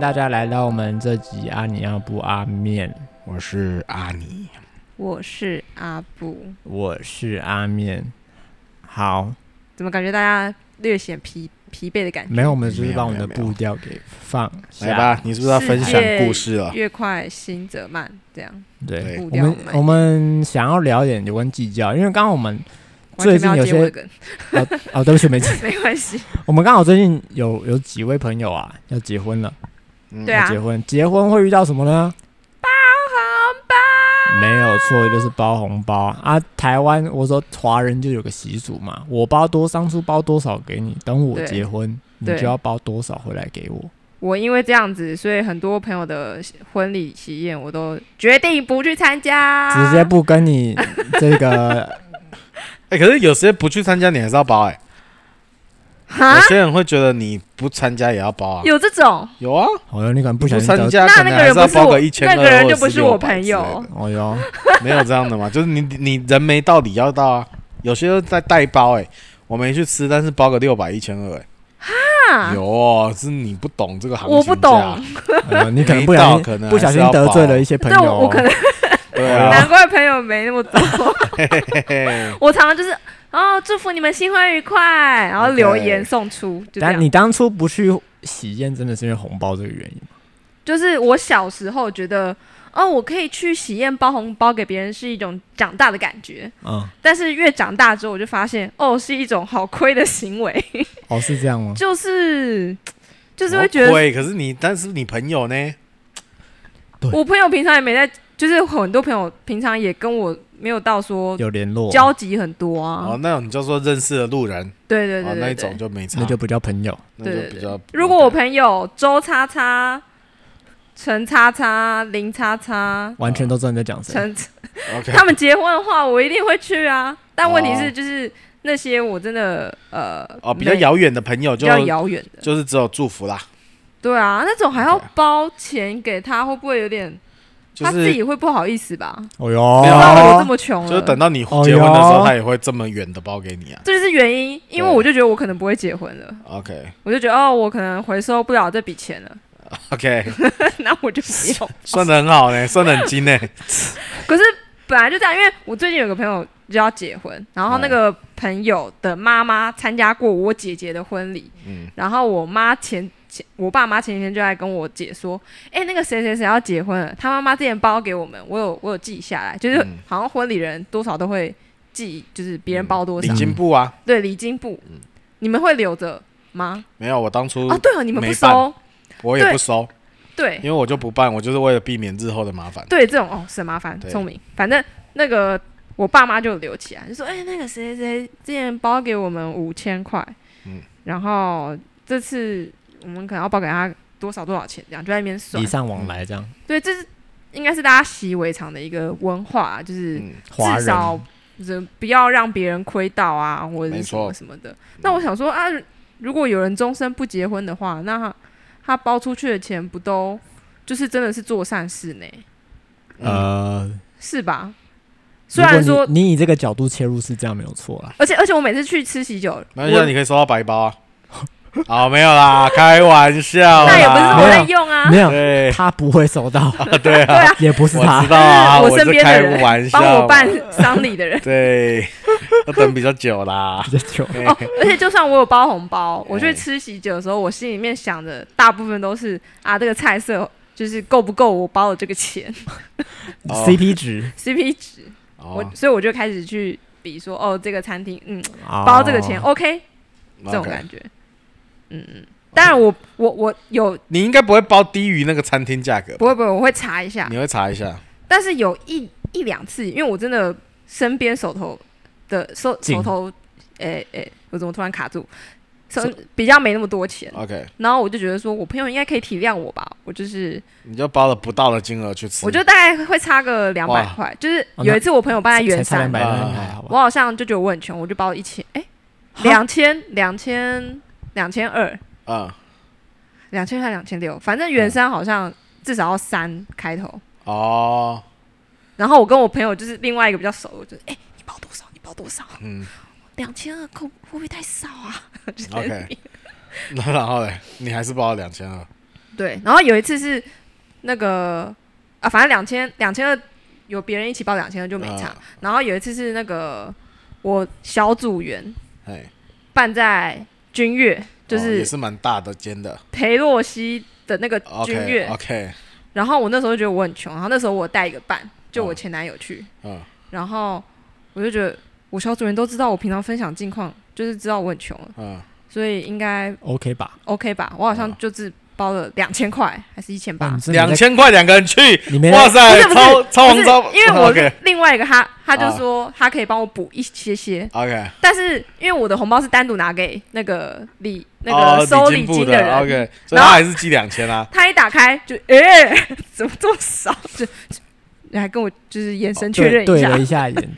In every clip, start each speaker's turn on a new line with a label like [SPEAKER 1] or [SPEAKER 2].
[SPEAKER 1] 大家来到我们这集阿尼要不阿面，
[SPEAKER 2] 我是阿尼，
[SPEAKER 3] 我是阿布，
[SPEAKER 1] 我是阿面。好，
[SPEAKER 3] 怎么感觉大家略显疲疲惫的感觉？
[SPEAKER 1] 没有，我们就
[SPEAKER 2] 没
[SPEAKER 1] 是
[SPEAKER 2] 有
[SPEAKER 1] 把我们的
[SPEAKER 2] 没有没有
[SPEAKER 1] 步调给放下。
[SPEAKER 3] 啊
[SPEAKER 2] 来吧，你是不是要分享故事了？
[SPEAKER 3] 越快心则慢，这样
[SPEAKER 1] 对，
[SPEAKER 2] 对
[SPEAKER 3] 步
[SPEAKER 1] 我
[SPEAKER 3] 调
[SPEAKER 1] 们
[SPEAKER 3] 慢。
[SPEAKER 1] 我们想要聊点有关计较，因为刚刚我们
[SPEAKER 3] 完
[SPEAKER 1] 最
[SPEAKER 3] 全
[SPEAKER 1] 近
[SPEAKER 3] 没
[SPEAKER 1] 有
[SPEAKER 3] 有
[SPEAKER 1] 些
[SPEAKER 3] 接我的梗，
[SPEAKER 1] 哦，对不起，没记，
[SPEAKER 3] 没关系。
[SPEAKER 1] 我们刚好最近有有几位朋友啊要结婚了，
[SPEAKER 2] 嗯
[SPEAKER 3] 对啊
[SPEAKER 1] 要结婚，结婚会遇到什么呢？
[SPEAKER 3] 红包
[SPEAKER 1] 没有错，就是包红包啊！台湾我说华人就有个习俗嘛，我包多，当初包多少给你，等我
[SPEAKER 3] 对
[SPEAKER 1] 结婚，你
[SPEAKER 3] 对
[SPEAKER 1] 就要包多少回来给我。
[SPEAKER 3] 我因为这样子，所以很多朋友的婚礼喜宴我都决定不去参加，
[SPEAKER 1] 直接不跟你这 个，
[SPEAKER 2] 哎、可是有些不去参加，你还是要包哎、
[SPEAKER 3] 哈
[SPEAKER 2] 有，些人会觉得你不参加也要包啊。
[SPEAKER 3] 啊有这种？
[SPEAKER 2] 有啊，
[SPEAKER 1] 哦哟，你可能不小
[SPEAKER 2] 不
[SPEAKER 1] 心得
[SPEAKER 2] 参加
[SPEAKER 3] 那
[SPEAKER 2] 可
[SPEAKER 3] 那
[SPEAKER 2] 能
[SPEAKER 3] 个
[SPEAKER 2] 还
[SPEAKER 3] 人
[SPEAKER 2] 是要
[SPEAKER 3] 不是
[SPEAKER 2] 包
[SPEAKER 3] 我
[SPEAKER 2] 个一，千
[SPEAKER 3] 那
[SPEAKER 2] 二，
[SPEAKER 3] 个人就不是我朋友，
[SPEAKER 1] 哦哟，
[SPEAKER 2] 没有这样的嘛？就是你你人没到，理要到啊。有些人在代包哎、我没去吃，但是包个六百一千二哎。
[SPEAKER 3] 啊
[SPEAKER 2] 有、哦，是你不懂这个行情，
[SPEAKER 3] 我不懂，，
[SPEAKER 1] 哎 呦你可能
[SPEAKER 2] 没
[SPEAKER 1] 不小
[SPEAKER 2] 到
[SPEAKER 1] 心
[SPEAKER 2] 可能
[SPEAKER 1] 不小
[SPEAKER 2] 还是
[SPEAKER 1] 心
[SPEAKER 2] 要
[SPEAKER 1] 得罪
[SPEAKER 2] 包
[SPEAKER 1] 了一些朋
[SPEAKER 3] 对
[SPEAKER 1] 友
[SPEAKER 3] 我我
[SPEAKER 1] 哦
[SPEAKER 3] 可。能
[SPEAKER 2] 对
[SPEAKER 3] 难
[SPEAKER 2] 啊，
[SPEAKER 3] 怪朋友没那么多。
[SPEAKER 2] 嘿嘿
[SPEAKER 3] 我常常就是哦，祝福你们新婚愉快，然后留言送出，就这
[SPEAKER 1] 但
[SPEAKER 3] 样。
[SPEAKER 1] 你当初不去喜宴，真的是因为红包这个原因吗。
[SPEAKER 3] 就是我小时候觉得，哦，我可以去喜宴包红包给别人是一种长大的感觉，
[SPEAKER 1] 嗯，
[SPEAKER 3] 但是越长大之后，我就发现，哦，是一种好亏的 行为，
[SPEAKER 1] 哦，是这样吗？
[SPEAKER 3] 就是就是
[SPEAKER 2] 好
[SPEAKER 3] 会觉得，
[SPEAKER 2] 贵可是你，但是你朋友呢？
[SPEAKER 3] 我朋友平常也没在，就是很多朋友平常也跟我没有到说
[SPEAKER 1] 有联络，
[SPEAKER 3] 交集很多啊
[SPEAKER 2] 哦，，那种叫做认识的路人，
[SPEAKER 3] 对对对
[SPEAKER 2] 哦，那
[SPEAKER 3] 对
[SPEAKER 2] 一种
[SPEAKER 3] 对。
[SPEAKER 2] 就没差，
[SPEAKER 1] 那就不叫朋友。
[SPEAKER 2] 那
[SPEAKER 3] 对
[SPEAKER 2] 就
[SPEAKER 3] 对
[SPEAKER 2] 比较。
[SPEAKER 3] 如果我朋友周叉叉、陈叉叉、林叉叉、
[SPEAKER 1] 完全都知道你在讲谁。
[SPEAKER 3] 陈
[SPEAKER 2] OK，
[SPEAKER 3] 他们结婚的话，我一定会去啊。但问题
[SPEAKER 2] 哦
[SPEAKER 3] 是，就是那些我真的呃
[SPEAKER 2] 哦，比较
[SPEAKER 3] 没
[SPEAKER 2] 遥远的朋友
[SPEAKER 3] 比
[SPEAKER 2] 就
[SPEAKER 3] 较遥远的，
[SPEAKER 2] 就是只有祝福啦，
[SPEAKER 3] 对啊，那种还要
[SPEAKER 2] 对啊
[SPEAKER 3] 包钱给他，会不会有点
[SPEAKER 2] 就
[SPEAKER 3] 他自
[SPEAKER 2] 是
[SPEAKER 3] 己会不好意思吧？
[SPEAKER 1] 哦
[SPEAKER 3] 不知道我这
[SPEAKER 1] 哟，
[SPEAKER 3] 么穷
[SPEAKER 2] 就是
[SPEAKER 3] 了，
[SPEAKER 2] 等到你
[SPEAKER 1] 哦
[SPEAKER 2] 结婚的时
[SPEAKER 1] 哟
[SPEAKER 2] 候，他也会这么远的包给你啊。
[SPEAKER 3] 这就是原因，因为
[SPEAKER 2] 对
[SPEAKER 3] 我就觉得我可能不会结婚了，
[SPEAKER 2] OK
[SPEAKER 3] 我就觉得哦，我可能回收不了这笔钱了，
[SPEAKER 2] OK，
[SPEAKER 3] 那我就不用。
[SPEAKER 2] 算的很好 呢，算的很精呢。
[SPEAKER 3] 可是本来就这样，因为我最近有个朋友就要结婚，然后那
[SPEAKER 2] 嗯
[SPEAKER 3] 个朋友的妈妈参加过我姐姐的婚礼，
[SPEAKER 2] 嗯
[SPEAKER 3] 然后我妈前前我爸妈前几天就在跟我姐说，哎、那个谁谁谁要结婚了，他妈妈之前包给我们，我有我有记下来，就是
[SPEAKER 2] 嗯
[SPEAKER 3] 好像婚礼人多少都会记，就是别人包多少，
[SPEAKER 2] 礼金部啊，
[SPEAKER 3] 对礼金簿，你们会留着吗？
[SPEAKER 2] 没有，我当初
[SPEAKER 3] 啊，对哦，你们不
[SPEAKER 2] 没办
[SPEAKER 3] 收，
[SPEAKER 2] 我也
[SPEAKER 3] 对
[SPEAKER 2] 不收，
[SPEAKER 3] 对
[SPEAKER 2] 因为我就不办，我就是为了避免日后的麻烦。
[SPEAKER 3] 对，这种哦是麻烦，
[SPEAKER 2] 对
[SPEAKER 3] 聪明。反正那个我爸妈就留起来，就说：“哎、那个谁谁谁之前包给我们五千块，
[SPEAKER 2] 嗯
[SPEAKER 3] 然后这次我们可能要包给他多少多少钱，这样就在那边算
[SPEAKER 1] 礼。尚往来这样，
[SPEAKER 3] 对，这是应该是大家习以为常的一个文化，就是
[SPEAKER 2] 嗯，
[SPEAKER 1] 华人
[SPEAKER 3] 至少人不要让别人亏到啊，或者
[SPEAKER 2] 没
[SPEAKER 3] 是什么
[SPEAKER 2] 错
[SPEAKER 3] 什么的。那我想说啊，如果有人终身不结婚的话，那他他包出去的钱不都就是真的是做善事呢？
[SPEAKER 1] 呃，
[SPEAKER 3] 是吧？虽
[SPEAKER 1] 如果
[SPEAKER 3] 然
[SPEAKER 1] 你
[SPEAKER 3] 说，
[SPEAKER 1] 你以这个角度切入是这样没有错啦，
[SPEAKER 3] 而且而且我每次去吃喜酒，
[SPEAKER 2] 那就
[SPEAKER 3] 我
[SPEAKER 2] 你可以收到白包啊。 好，没有啦，开玩笑啦。
[SPEAKER 3] 那也不是
[SPEAKER 1] 没
[SPEAKER 3] 我
[SPEAKER 1] 有
[SPEAKER 3] 在用啊
[SPEAKER 1] 没，有，
[SPEAKER 2] 对，
[SPEAKER 1] 他不会收到，
[SPEAKER 2] 对啊，
[SPEAKER 1] 也不是
[SPEAKER 2] 我
[SPEAKER 1] 他
[SPEAKER 2] 知，道啊，
[SPEAKER 3] 我
[SPEAKER 2] 我
[SPEAKER 3] 身
[SPEAKER 2] 是
[SPEAKER 3] 边的
[SPEAKER 2] 开
[SPEAKER 3] 人
[SPEAKER 2] 玩笑，
[SPEAKER 3] 帮我办。丧礼的 人
[SPEAKER 2] 对，要等比较久啦。
[SPEAKER 1] 这就
[SPEAKER 3] 哦。而且就算我有包红包，我去吃喜酒的时候，我心里面想的大部分都是啊，这个菜色就是够不够我包的这个钱
[SPEAKER 2] 哦
[SPEAKER 1] CP 值
[SPEAKER 3] ，CP 值。我
[SPEAKER 2] 哦，
[SPEAKER 3] 所以我就开始去比说，哦，这个餐厅，嗯，包
[SPEAKER 1] 包
[SPEAKER 3] 这个钱、OK，这种
[SPEAKER 2] OK
[SPEAKER 3] 感觉，嗯嗯。当然我，我我有
[SPEAKER 2] 你应该不会包低于那个餐厅价格吧，
[SPEAKER 3] 不会不会，我会查一下。
[SPEAKER 2] 你会查一下。
[SPEAKER 3] 但是有一一两次，因为我真的身边手头的手
[SPEAKER 1] 紧
[SPEAKER 3] 手头，诶、诶、我怎么突然卡住？手
[SPEAKER 1] 手
[SPEAKER 3] 比较没那么多钱，
[SPEAKER 2] OK，
[SPEAKER 3] 然后我就觉得说，我朋友应该可以体谅我吧。我就是，
[SPEAKER 2] 你就包了不到的金额去吃。
[SPEAKER 3] 我就大概会差个两百
[SPEAKER 2] 哇
[SPEAKER 3] 块。就是
[SPEAKER 1] 哦
[SPEAKER 3] 有一次我朋友办在
[SPEAKER 1] 才
[SPEAKER 3] 圆
[SPEAKER 1] 差两
[SPEAKER 3] 山，
[SPEAKER 1] 百
[SPEAKER 2] 啊
[SPEAKER 1] 万还好吧？
[SPEAKER 3] 我好像就觉得我很穷，我就包一千，哎、
[SPEAKER 1] 哈
[SPEAKER 3] 两千两千两千二，
[SPEAKER 2] 嗯，
[SPEAKER 3] 两千还两千六，反正圆山好像至少要三开头。
[SPEAKER 2] 哦，
[SPEAKER 3] 然后我跟我朋友就是另外一个比较熟的，我就哎、你包多少？你包多少？
[SPEAKER 2] 嗯
[SPEAKER 3] 两千二够会不会太少啊？就是
[SPEAKER 2] ，OK。那然后嘞，你还是包了两千二，
[SPEAKER 3] 对，然后有一次是那个啊，反正两千两千二有别人一起报两千二就没差。
[SPEAKER 2] 啊
[SPEAKER 3] 然后有一次是那个我小组员
[SPEAKER 2] 哎，
[SPEAKER 3] 办在君悦，就
[SPEAKER 2] 哦也
[SPEAKER 3] 是
[SPEAKER 2] 是蛮大的间的。
[SPEAKER 3] 裴洛西的那个君悦。
[SPEAKER 2] OK 啊 OK，
[SPEAKER 3] 然后我那时候就觉得我很穷，然后那时候我带一个伴，就我
[SPEAKER 2] 嗯
[SPEAKER 3] 前男友去，
[SPEAKER 2] 嗯，
[SPEAKER 3] 然后我就觉得我小组员都知道我平常分享近况，就是知道我很穷了，
[SPEAKER 2] 嗯，
[SPEAKER 3] 所以应该
[SPEAKER 1] OK 吧？
[SPEAKER 3] OK 吧？我好像
[SPEAKER 2] 嗯
[SPEAKER 3] 就是包了两千块还是一千
[SPEAKER 1] 那
[SPEAKER 3] 八
[SPEAKER 1] 你。真的
[SPEAKER 2] 两
[SPEAKER 1] 没在，
[SPEAKER 2] 千块两个人去，
[SPEAKER 1] 你没在
[SPEAKER 2] 哇
[SPEAKER 3] 不
[SPEAKER 2] 塞
[SPEAKER 3] 是，
[SPEAKER 2] 嗯
[SPEAKER 3] 不是
[SPEAKER 2] 超超
[SPEAKER 3] 不
[SPEAKER 2] 红
[SPEAKER 3] 是
[SPEAKER 2] 超，
[SPEAKER 3] 因为我
[SPEAKER 2] OK
[SPEAKER 3] 另外一个他，他就
[SPEAKER 2] 啊
[SPEAKER 3] 说他可以帮我补一些些，
[SPEAKER 2] OK
[SPEAKER 3] 但是因为我的红包是单独拿给那个礼那
[SPEAKER 2] 哦
[SPEAKER 3] 个收
[SPEAKER 2] 礼
[SPEAKER 3] 礼
[SPEAKER 2] 部
[SPEAKER 3] 金
[SPEAKER 2] 的
[SPEAKER 3] 人，
[SPEAKER 2] OK，所以
[SPEAKER 3] 然
[SPEAKER 2] 他
[SPEAKER 3] 后
[SPEAKER 2] 还是寄两千啊。
[SPEAKER 3] 他一打开就哎、 怎么这么少？ 就就你还跟我就是眼
[SPEAKER 2] 哦
[SPEAKER 3] 神确认
[SPEAKER 1] 对对
[SPEAKER 3] 一下，
[SPEAKER 1] 了一下眼，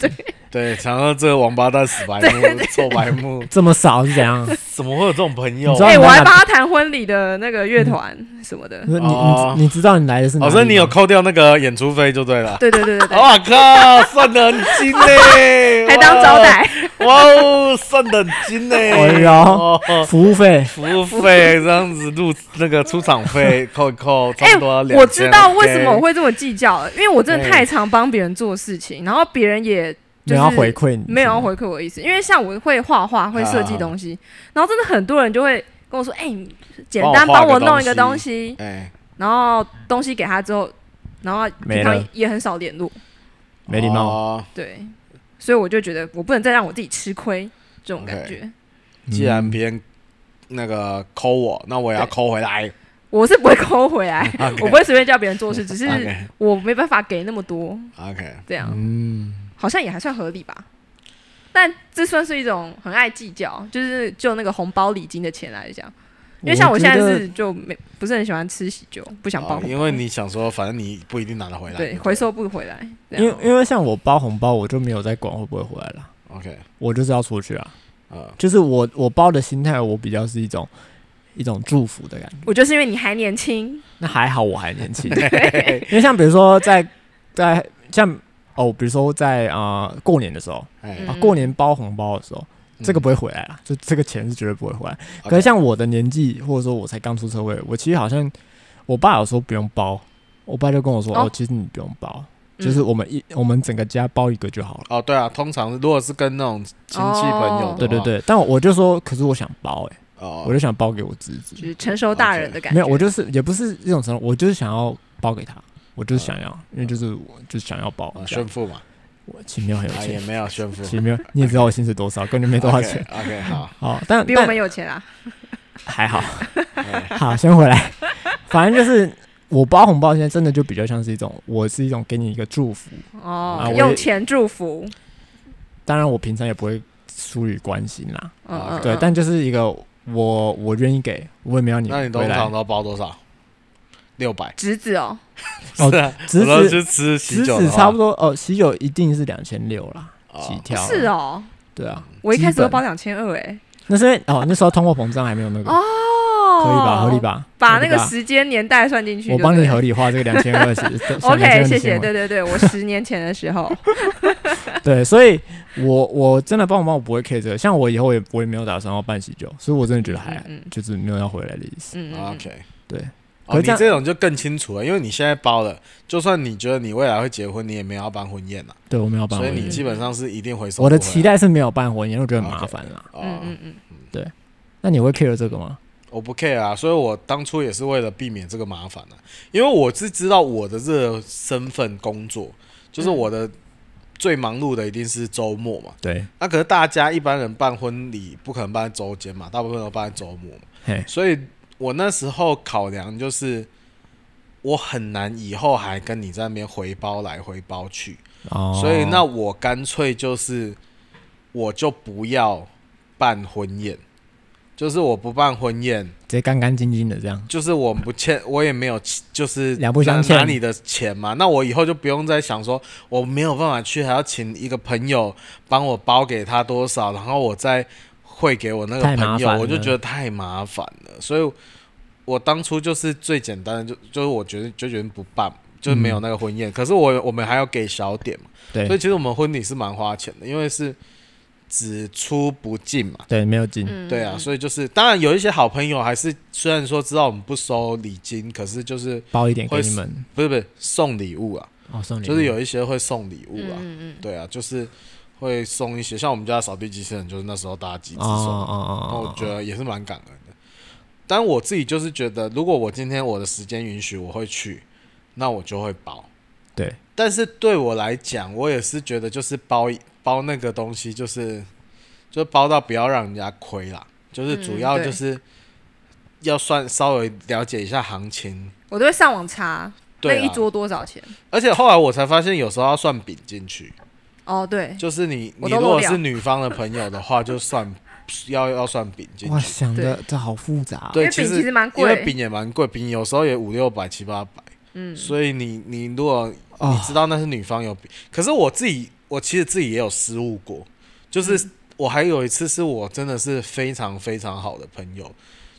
[SPEAKER 2] 对，想到这个王八蛋死白 目、臭白目，
[SPEAKER 1] 这么少是怎样？
[SPEAKER 2] 怎么会有这种朋友
[SPEAKER 1] 你知道
[SPEAKER 3] 哎、
[SPEAKER 1] 你
[SPEAKER 3] 我还
[SPEAKER 1] 那
[SPEAKER 3] 帮他谈婚礼的那个乐团什么的
[SPEAKER 1] 你。
[SPEAKER 2] 哦
[SPEAKER 1] 你你知道你来的是哪
[SPEAKER 2] 哦，
[SPEAKER 1] 里吗？
[SPEAKER 2] 所以你有扣掉那个演出费就对了。
[SPEAKER 3] 对对对对对，
[SPEAKER 2] 哇靠，算得很精 嘞，
[SPEAKER 3] 还当招待，
[SPEAKER 2] 哇，哇哦，算得很精嘞，
[SPEAKER 1] 哎呦
[SPEAKER 2] 哦，
[SPEAKER 1] 服务费？
[SPEAKER 2] 服务费这样子入那个出场费扣一扣，差
[SPEAKER 3] 哎、
[SPEAKER 2] 不多两
[SPEAKER 3] 我知道为什么我会这么计较了，因为我真的
[SPEAKER 2] 哎
[SPEAKER 3] 太常帮别人做事情，然后别人也就
[SPEAKER 1] 没有要
[SPEAKER 3] 是
[SPEAKER 1] 回馈你，
[SPEAKER 3] 没有要回馈我的意思，因为像我会画画，会设计东西，
[SPEAKER 2] 啊
[SPEAKER 3] 然后真的很多人就会跟我说：“哎、你简
[SPEAKER 2] 帮
[SPEAKER 3] 单帮
[SPEAKER 2] 我画
[SPEAKER 3] 我
[SPEAKER 2] 个
[SPEAKER 3] 弄一个
[SPEAKER 2] 东
[SPEAKER 3] 东西。
[SPEAKER 2] 哎，”
[SPEAKER 3] 然后东西给他之后，然后
[SPEAKER 1] 没
[SPEAKER 3] 平常
[SPEAKER 1] 了
[SPEAKER 3] 也很少联络，
[SPEAKER 1] 没礼貌
[SPEAKER 2] 哦。
[SPEAKER 3] 对，所以我就觉得我不能再让我自己吃亏这种感
[SPEAKER 2] OK
[SPEAKER 3] 觉。
[SPEAKER 1] 嗯
[SPEAKER 2] 既然别人那个扣我，那我也要扣回来。
[SPEAKER 3] 我是不会 抠回来
[SPEAKER 2] OK
[SPEAKER 3] 我不会随便叫别人做事，只是
[SPEAKER 2] OK
[SPEAKER 3] 我没办法给那么多，
[SPEAKER 2] OK，
[SPEAKER 3] 这样
[SPEAKER 1] 嗯，
[SPEAKER 3] 好像也还算合理吧。但这算是一种很爱计较，就是就那个红包礼金的钱来讲，因为像我现在
[SPEAKER 1] 觉得
[SPEAKER 3] 是就没不是很喜欢吃喜酒，不想包
[SPEAKER 2] 哦
[SPEAKER 3] 红包，
[SPEAKER 2] 因为你想说，反正你不一定拿得回来。
[SPEAKER 3] 对回收不回来，这
[SPEAKER 1] 因
[SPEAKER 3] 样
[SPEAKER 1] 为因为像我包红包，我就没有在管会不会回来了，
[SPEAKER 2] OK，
[SPEAKER 1] 我就是要出去啊。
[SPEAKER 2] 呃，
[SPEAKER 1] 就是我我包的心态，我比较是一种一种祝福的感觉。
[SPEAKER 3] 我就是因为你还年轻，
[SPEAKER 1] 那还好我还 年轻，因为像比如说在在像哦，比如说在啊、呃过年的时候
[SPEAKER 2] 哎
[SPEAKER 1] 啊
[SPEAKER 3] 嗯，
[SPEAKER 1] 过年包红包的时候，
[SPEAKER 2] 嗯
[SPEAKER 1] 这个不会回来了，就这个钱是绝对不会回来。
[SPEAKER 2] OK
[SPEAKER 1] 可是像我的年纪，或者说我才刚出社会，我其实好像我爸有说不用包，我爸就跟我说
[SPEAKER 3] 哦
[SPEAKER 1] 哦，其实你不用包。
[SPEAKER 3] 嗯
[SPEAKER 1] 就是我们一我们整个家包一个就好了，
[SPEAKER 2] 哦，对啊，通常如果是跟那种亲戚朋友
[SPEAKER 3] 哦
[SPEAKER 2] 的
[SPEAKER 1] 对
[SPEAKER 2] 话，
[SPEAKER 1] 对对。但我就说，可是我想包哎、
[SPEAKER 2] 哦，
[SPEAKER 1] 我就想包给我侄子
[SPEAKER 3] 就，是成熟大人的感觉。
[SPEAKER 1] 没有，我就是也不是一种承诺，我就是想要包给他，我
[SPEAKER 2] 嗯
[SPEAKER 1] 就是想要，因为就是我就是想要包呃
[SPEAKER 2] 啊，
[SPEAKER 1] 这样
[SPEAKER 2] 炫富嘛，
[SPEAKER 1] 我奇妙很有
[SPEAKER 2] 啊也
[SPEAKER 1] 钱，
[SPEAKER 2] 没有炫富，
[SPEAKER 1] 奇妙，你也知道我薪水多少，根本没多少钱。
[SPEAKER 2] OK，OK，好，
[SPEAKER 1] 好，但
[SPEAKER 3] 比我们
[SPEAKER 1] 但
[SPEAKER 3] 有钱啊！
[SPEAKER 1] 还好，
[SPEAKER 2] 哎
[SPEAKER 1] 好，先回来。反正就是我包红包，现在真的就比较像是一种，我是一种给你一个祝福。啊
[SPEAKER 3] 哦
[SPEAKER 1] 我，也
[SPEAKER 3] 用钱祝福，
[SPEAKER 1] 当然，我平常也不会疏于关心啦，
[SPEAKER 3] 嗯
[SPEAKER 2] 啊
[SPEAKER 3] 嗯，
[SPEAKER 1] 对
[SPEAKER 3] 嗯，
[SPEAKER 1] 但就是一个我我愿意给，我也没有你
[SPEAKER 2] 那你
[SPEAKER 1] 回
[SPEAKER 2] 通常
[SPEAKER 1] 来。
[SPEAKER 2] 都包多少？六百，
[SPEAKER 3] 侄子哦，
[SPEAKER 1] 哦
[SPEAKER 2] 是啊，
[SPEAKER 1] 侄
[SPEAKER 2] 我说
[SPEAKER 1] 子
[SPEAKER 2] 就吃喜
[SPEAKER 1] 食
[SPEAKER 2] 酒
[SPEAKER 1] 指差不多哦，喜酒一定是两千六啦，
[SPEAKER 2] 哦
[SPEAKER 1] 起跳
[SPEAKER 3] 是哦，
[SPEAKER 1] 对啊，
[SPEAKER 3] 我一开始
[SPEAKER 1] 基
[SPEAKER 3] 都
[SPEAKER 1] 本
[SPEAKER 3] 包两千二哎，
[SPEAKER 1] 那是因为哦，那时候通货膨胀还没有那个，
[SPEAKER 3] 哦，
[SPEAKER 1] 合理吧？合理？吧？
[SPEAKER 3] 把
[SPEAKER 1] 合
[SPEAKER 3] 那
[SPEAKER 1] 理
[SPEAKER 3] 个
[SPEAKER 1] 吧
[SPEAKER 3] 时间年代算进去就
[SPEAKER 1] 我
[SPEAKER 3] 对了，
[SPEAKER 1] 帮你合理化这个两千二十。
[SPEAKER 3] OK，谢谢。
[SPEAKER 1] 2000
[SPEAKER 3] 对对对，我十年前 的时候，
[SPEAKER 1] 对，所以我我真的帮我帮我不会 care 这个，像我以后也我也没有打算要办喜酒，所以我真的觉得还
[SPEAKER 3] 嗯嗯
[SPEAKER 1] 就是没有要回来的意思。
[SPEAKER 3] 嗯嗯
[SPEAKER 2] 哎 OK，
[SPEAKER 1] 对。
[SPEAKER 2] 哦，
[SPEAKER 1] 可
[SPEAKER 2] 你
[SPEAKER 1] 这样
[SPEAKER 2] 这种就更清楚了，因为你现在包了，就算你觉得你未来会结婚，你也没有要办婚宴呐，
[SPEAKER 1] 对，我没有办
[SPEAKER 2] 所
[SPEAKER 1] 婚
[SPEAKER 2] 以你
[SPEAKER 1] 宴。
[SPEAKER 2] 基本上是一定回收不回
[SPEAKER 1] 我
[SPEAKER 2] 来。
[SPEAKER 1] 的期待是没有办婚宴，因为我觉得很麻烦啦。
[SPEAKER 2] 哦，
[SPEAKER 3] 嗯嗯嗯
[SPEAKER 1] 那你会 care 这个吗？
[SPEAKER 2] 我不 care 啊，所以我当初也是为了避免这个麻烦啊，因为我是知道我的这个身份工作，就是
[SPEAKER 3] 嗯
[SPEAKER 2] 我的最忙碌的一定是周末嘛。
[SPEAKER 1] 对，
[SPEAKER 2] 那可是大家一般人办婚礼不可能办在周间嘛，大部分都办在周末嘛。
[SPEAKER 1] 嘿，
[SPEAKER 2] 所以我那时候考量就是，我很难以后还跟你在那边回包来回包去，
[SPEAKER 1] 哦，
[SPEAKER 2] 所以那我干脆就是，我就不要办婚宴，就是我不办婚宴。
[SPEAKER 1] 直接干干净净的这样。
[SPEAKER 2] 就是我不欠，我也没有欠，就是
[SPEAKER 1] 两不相
[SPEAKER 2] 拿
[SPEAKER 1] 欠
[SPEAKER 2] 拿你的钱嘛。那我以后就不用再想说我没有办法去，还要请一个朋友帮我包给他多少，然后我再汇给我那个
[SPEAKER 1] 太麻
[SPEAKER 2] 朋友，
[SPEAKER 1] 烦
[SPEAKER 2] 我就
[SPEAKER 1] 了
[SPEAKER 2] 觉得太麻烦了。所以，我当初就是最简单的，就就是我觉得就决定不办，就是没有那个婚宴。可是我我们还要给小点嘛，所以
[SPEAKER 1] 嗯对，
[SPEAKER 2] 其实我们婚礼是蛮花钱的，因为是只出不进嘛。
[SPEAKER 1] 对，没有进。
[SPEAKER 3] 嗯，
[SPEAKER 2] 对啊，
[SPEAKER 3] 嗯
[SPEAKER 2] 所以就是，当然有一些好朋友还是虽然说知道我们不收礼金，可是就是
[SPEAKER 1] 包一点给
[SPEAKER 2] 会
[SPEAKER 1] 你们，
[SPEAKER 2] 不是不是送礼物啊，
[SPEAKER 1] 哦，送礼物
[SPEAKER 2] 就是有一些会送礼物啊，
[SPEAKER 3] 嗯嗯嗯嗯，
[SPEAKER 2] 对啊，就是会送一些，像我们家的扫地机器人就是那时候大家集
[SPEAKER 1] 哦
[SPEAKER 2] 体送，
[SPEAKER 1] 哦哦
[SPEAKER 2] 那、我
[SPEAKER 1] 哦
[SPEAKER 2] 觉
[SPEAKER 1] 哦，
[SPEAKER 2] 得也是蛮感恩的。但我自己就是觉得，如果我今天我的时间允许，我会去，那我就会包。
[SPEAKER 1] 对，
[SPEAKER 2] 但是对我来讲，我也是觉得就是包包那个东西，就是就包到不要让人家亏啦，就是主
[SPEAKER 3] 嗯
[SPEAKER 2] 要
[SPEAKER 3] 对
[SPEAKER 2] 就是要算稍微了解一下行情。
[SPEAKER 3] 我都会上网查那
[SPEAKER 2] 对
[SPEAKER 3] 一
[SPEAKER 2] 啊
[SPEAKER 3] 桌多少钱。
[SPEAKER 2] 而且后来我才发现，有时候要算饼进去，
[SPEAKER 3] 哦，对，
[SPEAKER 2] 就是你
[SPEAKER 3] 我
[SPEAKER 2] 你
[SPEAKER 3] 都
[SPEAKER 2] 如
[SPEAKER 3] 漏
[SPEAKER 2] 果
[SPEAKER 3] 掉
[SPEAKER 2] 是女方的朋友的话，就算要要算饼进
[SPEAKER 1] 哇，
[SPEAKER 2] 去。
[SPEAKER 1] 想的这好复杂哦，
[SPEAKER 3] 因
[SPEAKER 2] 对
[SPEAKER 3] 为
[SPEAKER 2] 其
[SPEAKER 3] 饼
[SPEAKER 2] 实
[SPEAKER 3] 其实蛮
[SPEAKER 2] 因为
[SPEAKER 3] 贵，
[SPEAKER 2] 饼也蛮贵，饼有时候也五六百、七八百，
[SPEAKER 3] 嗯，
[SPEAKER 2] 所以你你如果你
[SPEAKER 1] 哦，
[SPEAKER 2] 知道那是女方有比，可是我自己，我其实自己也有失误过，就是
[SPEAKER 1] 嗯
[SPEAKER 2] 我还有一次是我真的是非常非常好的朋友，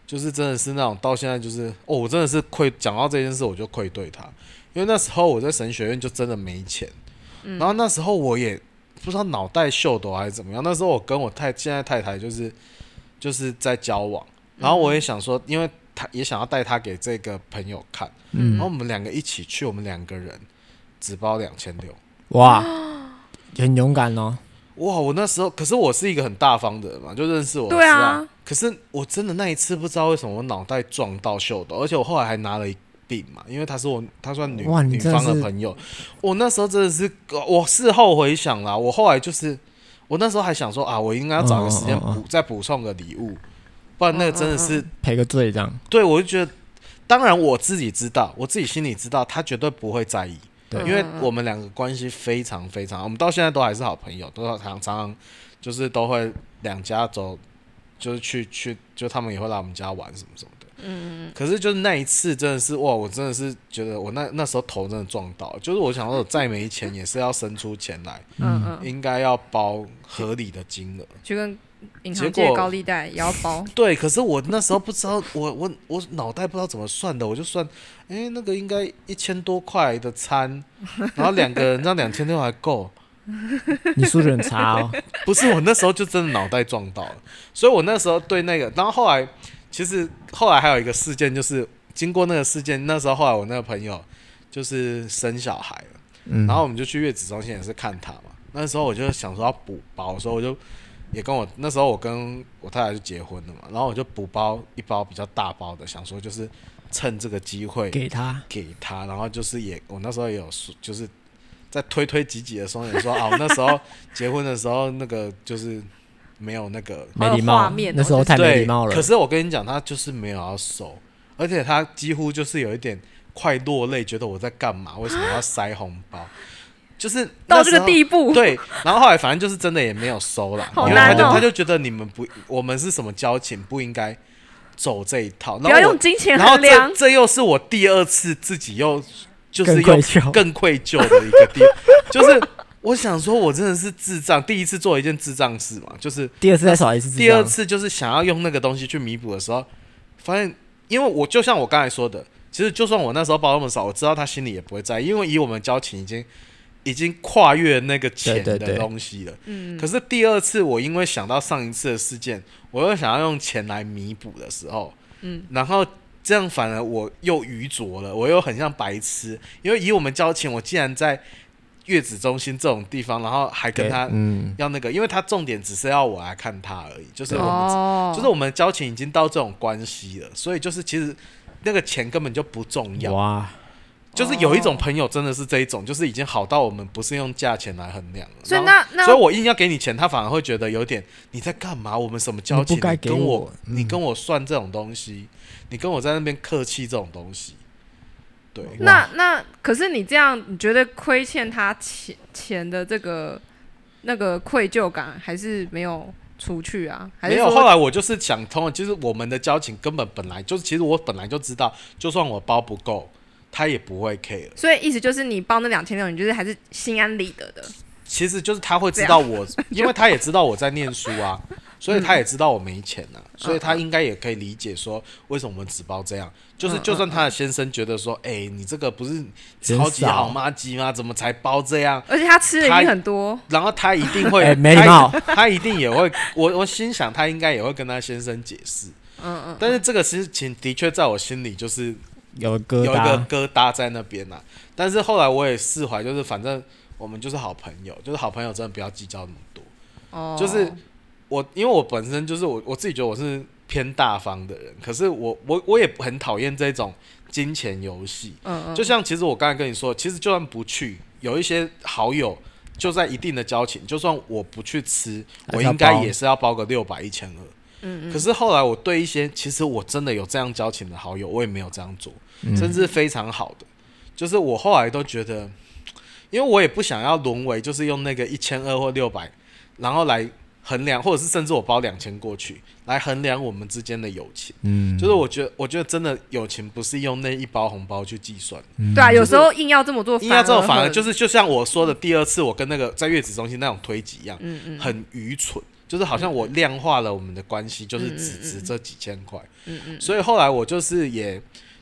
[SPEAKER 2] 就是真的是那种到现在就是哦，我真的是愧，讲到这件事我就愧对他，因为那时候我在神学院就真的没钱，
[SPEAKER 3] 嗯
[SPEAKER 2] 然后那时候我也不知道脑袋秀逗还是怎么样，那时候我跟我太现在太太就是就是在交往，
[SPEAKER 1] 嗯
[SPEAKER 2] 然后我也想说，因为他也想要带他给这个朋友看。
[SPEAKER 1] 嗯
[SPEAKER 2] 然后，我们两个一起去，我们两个人只包两千六。
[SPEAKER 1] 哇，很勇敢哦，
[SPEAKER 2] 哇！我那时候，可是我是一个很大方的人嘛，就认识我
[SPEAKER 3] 对啊
[SPEAKER 2] 知道可是我真的那一次不知道为什么我脑袋撞到秀斗，而且我后来还拿了一病嘛，因为她是我，她算女
[SPEAKER 1] 哇你
[SPEAKER 2] 女
[SPEAKER 1] 真的
[SPEAKER 2] 方的
[SPEAKER 1] 是
[SPEAKER 2] 朋友。我那时候真的是，我事后回想啦，我后来就是，我那时候还想说啊，我应该要找个时间
[SPEAKER 1] 嗯嗯
[SPEAKER 2] 补、
[SPEAKER 1] 嗯嗯嗯
[SPEAKER 2] 再补送个礼物，不然那个真的是，
[SPEAKER 1] 赔个罪这样，
[SPEAKER 2] 对我就觉得，当然我自己知道，我自己心里知道，他绝对不会在意。
[SPEAKER 1] 对
[SPEAKER 2] 因
[SPEAKER 3] 嗯
[SPEAKER 2] 为我们两个关系非常非常好，我们到现在都还是好朋友，都常常常就是都会两家走，就是去去，就他们也会来我们家玩什么什么的。
[SPEAKER 3] 嗯，
[SPEAKER 2] 可是就是那一次真的是哇，我真的是觉得我那那时候头真的撞到了，就是我想说我再没钱也是要生出钱来，
[SPEAKER 3] 嗯嗯嗯，
[SPEAKER 2] 应该要包合理的金额。
[SPEAKER 3] 就跟银
[SPEAKER 2] 结
[SPEAKER 3] 行借
[SPEAKER 2] 果
[SPEAKER 3] 高利贷也要 包，
[SPEAKER 2] 对，可是我那时候不知道，我我我脑袋不知道怎么算的，我就算，哎、那个应该一千多块的餐，然后两个人那两千六还够。
[SPEAKER 1] 你素质很差 哦，
[SPEAKER 2] 不是我那时候就真的脑袋撞到了，所以我那时候对那个，然后后来其实后来还有一个事件，就是经过那个事件，那时候后来我那个朋友就是生小孩了，
[SPEAKER 1] 嗯，
[SPEAKER 2] 然后我们就去月子中心也是看他嘛，那时候我就想说要补包，所以我就也跟我那时候我跟我太太就结婚了嘛，然后我就补包一包比较大包的，想说就是趁这个机会
[SPEAKER 1] 给他，
[SPEAKER 2] 给他，然后就是也我那时候也有说，就是在推推挤挤的时候也说啊，我那时候结婚的时候那个就是没有那个
[SPEAKER 1] 没礼
[SPEAKER 3] 好有画
[SPEAKER 1] 貌
[SPEAKER 3] 面哦，
[SPEAKER 1] 那时候太没
[SPEAKER 2] 对
[SPEAKER 1] 礼貌，了
[SPEAKER 2] 可，是我跟你讲，他就是没有要收，而且他几乎就是有一点快落泪，觉得我在干嘛？为什么要塞红包？ 就是
[SPEAKER 3] 到
[SPEAKER 2] 那
[SPEAKER 3] 这
[SPEAKER 2] 时候
[SPEAKER 3] 个地步，
[SPEAKER 2] 对，然后后来反正就是真的也没有收啦，
[SPEAKER 3] 好
[SPEAKER 2] 因为他
[SPEAKER 1] 难
[SPEAKER 2] 就
[SPEAKER 1] 哦
[SPEAKER 2] 他就觉得你们不，我们是什么交情，不应该走这一套。
[SPEAKER 3] 不
[SPEAKER 2] 然
[SPEAKER 3] 要
[SPEAKER 2] 后
[SPEAKER 3] 用
[SPEAKER 2] 我
[SPEAKER 3] 金钱
[SPEAKER 2] 然后
[SPEAKER 3] 衡量
[SPEAKER 2] 这。这又是我第二次自己又就是
[SPEAKER 1] 更愧
[SPEAKER 2] 又
[SPEAKER 1] 疚，
[SPEAKER 2] 更愧疚的一个地，就是我想说，我真的是智障，第一次做一件智障事嘛，就是
[SPEAKER 1] 第二次再少一次，
[SPEAKER 2] 第二，次就是想要用那个东西去弥补的时候，发现因为我就像我刚才说的，其实就算我那时候包那么少，我知道他心里也不会在意，因为以我们交情已经已经跨越那个钱
[SPEAKER 1] 对对
[SPEAKER 2] 的
[SPEAKER 1] 对
[SPEAKER 2] 东西了。
[SPEAKER 3] 嗯，
[SPEAKER 2] 可是第二次，我因为想到上一次的事件，我又想要用钱来弥补的时候，
[SPEAKER 3] 嗯，
[SPEAKER 2] 然后这样反而我又愚拙了，我又很像白痴，因为以我们交情，我竟然在月子中心这种地方，然后还跟
[SPEAKER 1] 对
[SPEAKER 2] 他
[SPEAKER 1] 嗯，
[SPEAKER 2] 要那个，因为他重点只是要我来看他而已，就是
[SPEAKER 1] 对
[SPEAKER 2] 我们、
[SPEAKER 3] 哦，
[SPEAKER 2] 就是我们交情已经到这种关系了，所以就是其实那个钱根本就不重要，
[SPEAKER 1] 哇，
[SPEAKER 2] 就是有一
[SPEAKER 3] 哦
[SPEAKER 2] 种朋友真的是这一种，就是已经好到我们不是用价钱来衡量了，
[SPEAKER 3] 所以
[SPEAKER 2] 然后
[SPEAKER 3] 那那
[SPEAKER 2] 所以我硬要给你钱，他反而会觉得有点你在干嘛？我们什么交情？
[SPEAKER 1] 你不该给
[SPEAKER 2] 跟
[SPEAKER 1] 我
[SPEAKER 2] 我，
[SPEAKER 1] 嗯
[SPEAKER 2] 你跟我算这种东西，你跟我在那边客气这种东西，对，
[SPEAKER 3] 那那可是你这样，你觉得亏欠他钱钱的这个那个愧疚感还是没有除去啊？还
[SPEAKER 2] 没
[SPEAKER 3] 是
[SPEAKER 2] 有。后
[SPEAKER 3] 说
[SPEAKER 2] 来我就是想通了，就是我们的交情根本本来就是，其实我本来就知道，就算我包不够，他也不会 care。
[SPEAKER 3] 所以意思就是你包那两千六，你就是还是心安理得的。
[SPEAKER 2] 其实就是他会知道我，因为他也知道我在念书啊，所以他也知道我没钱呐、所以他应该也可以理解说为什么我们只包这样。
[SPEAKER 3] 嗯
[SPEAKER 2] 就是就算他的先生觉得说，哎、你这个不是超级好妈鸡吗？怎么才包这样？
[SPEAKER 3] 而且他吃的已经很多，
[SPEAKER 2] 然后他一定 会，
[SPEAKER 1] 哎没礼貌
[SPEAKER 2] 他他一定也会，我我心想他应该也会跟他先生解释，
[SPEAKER 3] 嗯嗯，
[SPEAKER 2] 但是这个事情的确在我心里就是
[SPEAKER 1] 有
[SPEAKER 2] 有
[SPEAKER 1] 疙
[SPEAKER 2] 一个
[SPEAKER 1] 瘩，哦
[SPEAKER 2] 疙瘩在那边呐、但是后来我也释怀，就是反正我们就是好朋友，就是好朋友真的不要计较那么多。
[SPEAKER 3] 哦，
[SPEAKER 2] 就是我因为我本身就是我我自己觉得我是偏大方的人，可是我我我也很讨厌这种金钱游戏。
[SPEAKER 3] 嗯嗯，
[SPEAKER 2] 就像其实我刚才跟你说，其实就算不去，有一些好友就在一定的交情，就算我不去吃，
[SPEAKER 1] 还
[SPEAKER 2] 我
[SPEAKER 1] 是要
[SPEAKER 2] 应该
[SPEAKER 1] 包
[SPEAKER 2] 也是要包个六百一千二。
[SPEAKER 3] 嗯
[SPEAKER 2] 可是后来我对一些其实我真的有这样交情的好友，我也没有这样做，
[SPEAKER 1] 嗯
[SPEAKER 2] 甚至非常好的，就是我后来都觉得，因为我也不想要沦为就是用那个一千二或六百，然后来衡量，或者是甚至我包两千过去来衡量我们之间的友情。
[SPEAKER 1] 嗯，
[SPEAKER 2] 就是我觉得，我觉得真的友情不是用那一包红包去计算的，
[SPEAKER 3] 对啊，有时候硬要这么做，，
[SPEAKER 2] 应该这种反嗯而就是是就像我说的，第二次我跟那个在月子中心那种推挤一样，
[SPEAKER 3] 嗯嗯，
[SPEAKER 2] 很愚蠢，就是好像我量化了我们的关系，就是只值这几千块。
[SPEAKER 3] 嗯嗯
[SPEAKER 2] 所以后来我就是也，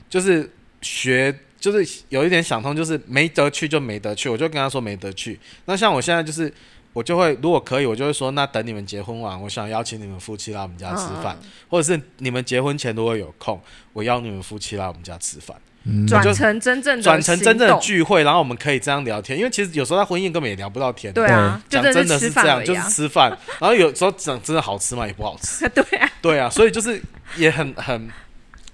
[SPEAKER 2] 就是学，就是有一点想通，就是没得去就没得去，我就跟他说没得去。那像我现在就是，我就会如果可以，我就会说，那等你们结婚完，我想邀请你们夫妻来我们家吃饭，
[SPEAKER 3] 嗯
[SPEAKER 2] 或者是你们结婚前如果有空，我邀你们夫妻来我们家吃饭。
[SPEAKER 3] 转成真正
[SPEAKER 2] 嗯
[SPEAKER 3] 的
[SPEAKER 2] 转成真正
[SPEAKER 3] 行
[SPEAKER 2] 的
[SPEAKER 3] 动
[SPEAKER 2] 聚会，然后我们可以这样聊天，因为其实有时候在婚宴根本也聊不到天。
[SPEAKER 3] 对啊，就
[SPEAKER 2] 讲真
[SPEAKER 3] 的
[SPEAKER 2] 的
[SPEAKER 3] 吃
[SPEAKER 2] 是这
[SPEAKER 3] 饭
[SPEAKER 2] 样，
[SPEAKER 3] 而
[SPEAKER 2] 就
[SPEAKER 3] 已
[SPEAKER 2] 是
[SPEAKER 3] 啊，
[SPEAKER 2] 吃饭，然后有时候讲真的好吃嘛，也不好吃。
[SPEAKER 3] 对啊，
[SPEAKER 2] 对啊，所以就是也很很，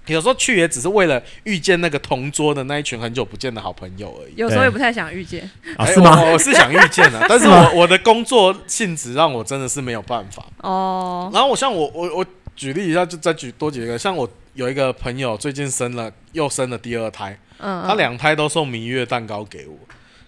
[SPEAKER 2] 有时候去也只是为了遇见那个同桌的那一群很久不见的好朋友而已。
[SPEAKER 3] 有时候也不太想遇见，
[SPEAKER 1] 啊
[SPEAKER 2] 哎
[SPEAKER 1] 是吗？
[SPEAKER 2] 我我是想遇见的、但是
[SPEAKER 1] 是吗
[SPEAKER 2] 我我的工作性质让我真的啊是没有办法。
[SPEAKER 3] 哦，
[SPEAKER 2] 然后我像我我我举例一下，就再举多举一个，像我有一个朋友最近生了又生了第二胎，
[SPEAKER 3] 嗯，
[SPEAKER 2] 他两胎都送明月蛋糕给我。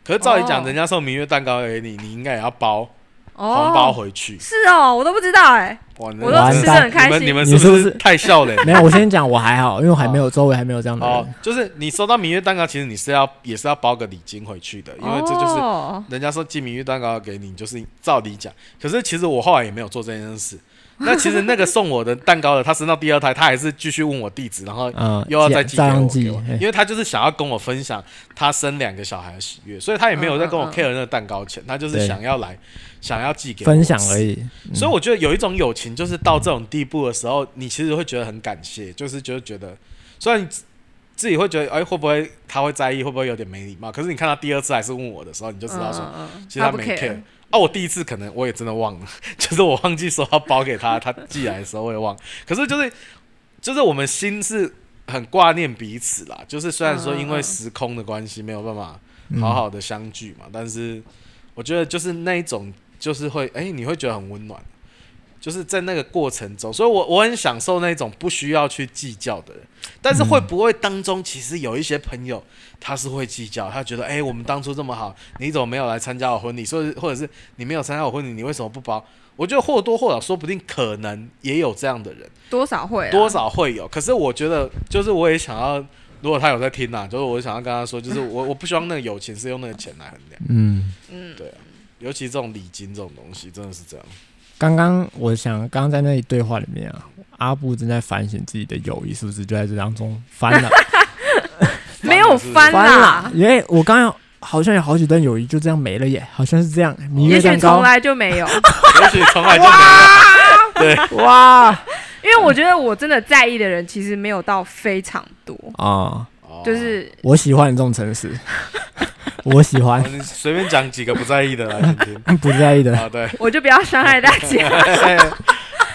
[SPEAKER 2] 可是照理讲，
[SPEAKER 3] 哦
[SPEAKER 2] 人家送明月蛋糕给你，你应该也要包红
[SPEAKER 3] 红
[SPEAKER 2] 包回去。
[SPEAKER 3] 是哦，我都不知道哎，
[SPEAKER 2] 哇，
[SPEAKER 3] 哦我
[SPEAKER 1] 完
[SPEAKER 3] 都吃的
[SPEAKER 1] 蛋
[SPEAKER 3] 很开
[SPEAKER 2] 你们你们
[SPEAKER 3] 心，
[SPEAKER 1] 你
[SPEAKER 2] 是
[SPEAKER 1] 是不
[SPEAKER 2] 是
[SPEAKER 1] 是
[SPEAKER 2] 太笑了？
[SPEAKER 1] 没有，我先讲我还好，因为我还没有周围还没有这样的
[SPEAKER 2] 哦
[SPEAKER 1] 人，，
[SPEAKER 2] 就是你收到明月蛋糕，其实你是要也是要包个礼金回去的，因为这就是
[SPEAKER 3] 哦
[SPEAKER 2] 人家说寄明月蛋糕给你，就是照理讲。可是其实我后来也没有做这件事。那其实那个送我的蛋糕的，他生到第二胎，他还是继续问我地址，然 后
[SPEAKER 1] 嗯，
[SPEAKER 2] 又要
[SPEAKER 1] 这
[SPEAKER 2] 再
[SPEAKER 1] 样
[SPEAKER 2] 寄
[SPEAKER 1] 照
[SPEAKER 2] 给
[SPEAKER 1] 样
[SPEAKER 2] 我，
[SPEAKER 1] 寄
[SPEAKER 2] 给我
[SPEAKER 1] 嘿
[SPEAKER 2] 因为他就是想要跟我分享他生两个小孩的喜悦，所以他也没有在跟我
[SPEAKER 3] 嗯嗯嗯
[SPEAKER 2] care 那个蛋糕钱，他就是
[SPEAKER 1] 啊对
[SPEAKER 2] 想要来想要寄给我
[SPEAKER 1] 分享嗯而
[SPEAKER 2] 已。
[SPEAKER 1] 已。
[SPEAKER 2] 所以我觉得有一种友情，就是到这种地步的时候，你其实会觉得很感谢，就是就是觉得，虽然你自己会觉得，哎，会不会他会在意，会不会有点没礼貌？可是你看他第二次还是问我的时候，你就知道说，
[SPEAKER 3] 嗯嗯嗯
[SPEAKER 2] 其实他
[SPEAKER 3] 不
[SPEAKER 2] 没
[SPEAKER 3] care，
[SPEAKER 2] 哦，我第一次可能我也真的忘了， 就是我忘记说要包给他，他寄来的时候我也忘。可是就是就是我们心是很挂念彼此啦，就是虽然说因为时空的关系没有办法好好的相聚嘛，但是我觉得就是那一种就是会哎、你会觉得很温暖，就是在那个过程中，所以我我很享受那种不需要去计较的人。但是会不会当中其实有一些朋友他是会计较，他觉得哎、我们当初这么好，你怎么没有来参加我婚礼？所以或者是你没有参加我婚礼，你为什么不包？我觉得或多或少，说不定可能也有这样的人，
[SPEAKER 3] 多少会啊
[SPEAKER 2] 多少会有。可是我觉得，就是我也想要，如果他有在听啊，就是我想要跟他说，就是我我不希望那个友情是用那个钱来衡量，
[SPEAKER 1] 嗯，
[SPEAKER 2] 尤其这种礼金这种东西，真的是这样。
[SPEAKER 1] 刚刚我想，刚刚在那里对话里面啊，阿布正在反省自己的友谊是不是就在这当中翻了
[SPEAKER 3] 没有
[SPEAKER 1] 翻
[SPEAKER 3] 翻啦
[SPEAKER 1] 了，，因为我刚刚好像有好几段友谊就这样没了耶，好像是这样。蜜
[SPEAKER 3] 也
[SPEAKER 1] 月
[SPEAKER 3] 许
[SPEAKER 1] 蛋
[SPEAKER 3] 从
[SPEAKER 1] 糕，
[SPEAKER 3] 来 就没有，
[SPEAKER 2] 也许从来就没有。对，
[SPEAKER 1] 哇
[SPEAKER 3] 因为我觉得我真的在意的人其实没有到非常多，
[SPEAKER 1] 啊！
[SPEAKER 2] 哦
[SPEAKER 3] 就是
[SPEAKER 1] 我喜欢这种诚实， 我喜欢
[SPEAKER 2] 哦你随便讲几个不在意的来听听
[SPEAKER 1] 不在意的。
[SPEAKER 2] 啊，对。
[SPEAKER 3] 我就不要伤害大家。
[SPEAKER 2] 但
[SPEAKER 1] 哎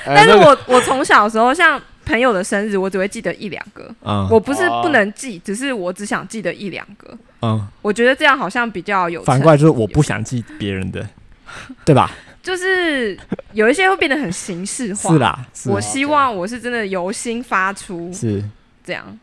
[SPEAKER 3] 但是我我从小的时候，像朋友的生日，我只会记得一两个，
[SPEAKER 1] 嗯
[SPEAKER 3] 我不是
[SPEAKER 2] 哦
[SPEAKER 3] 不能记，只是我只想记得一两个。
[SPEAKER 2] 啊
[SPEAKER 1] 嗯，
[SPEAKER 3] 我觉得这样好像比较有
[SPEAKER 1] 反
[SPEAKER 3] 成
[SPEAKER 1] 过来就是我不想记别人的，对 吧？
[SPEAKER 3] 就是有一些会变得很形式化。
[SPEAKER 1] 是，啦，是
[SPEAKER 3] 我
[SPEAKER 2] 是
[SPEAKER 3] 希望我是真的由心发出
[SPEAKER 1] 是，
[SPEAKER 3] 这样。
[SPEAKER 2] 欸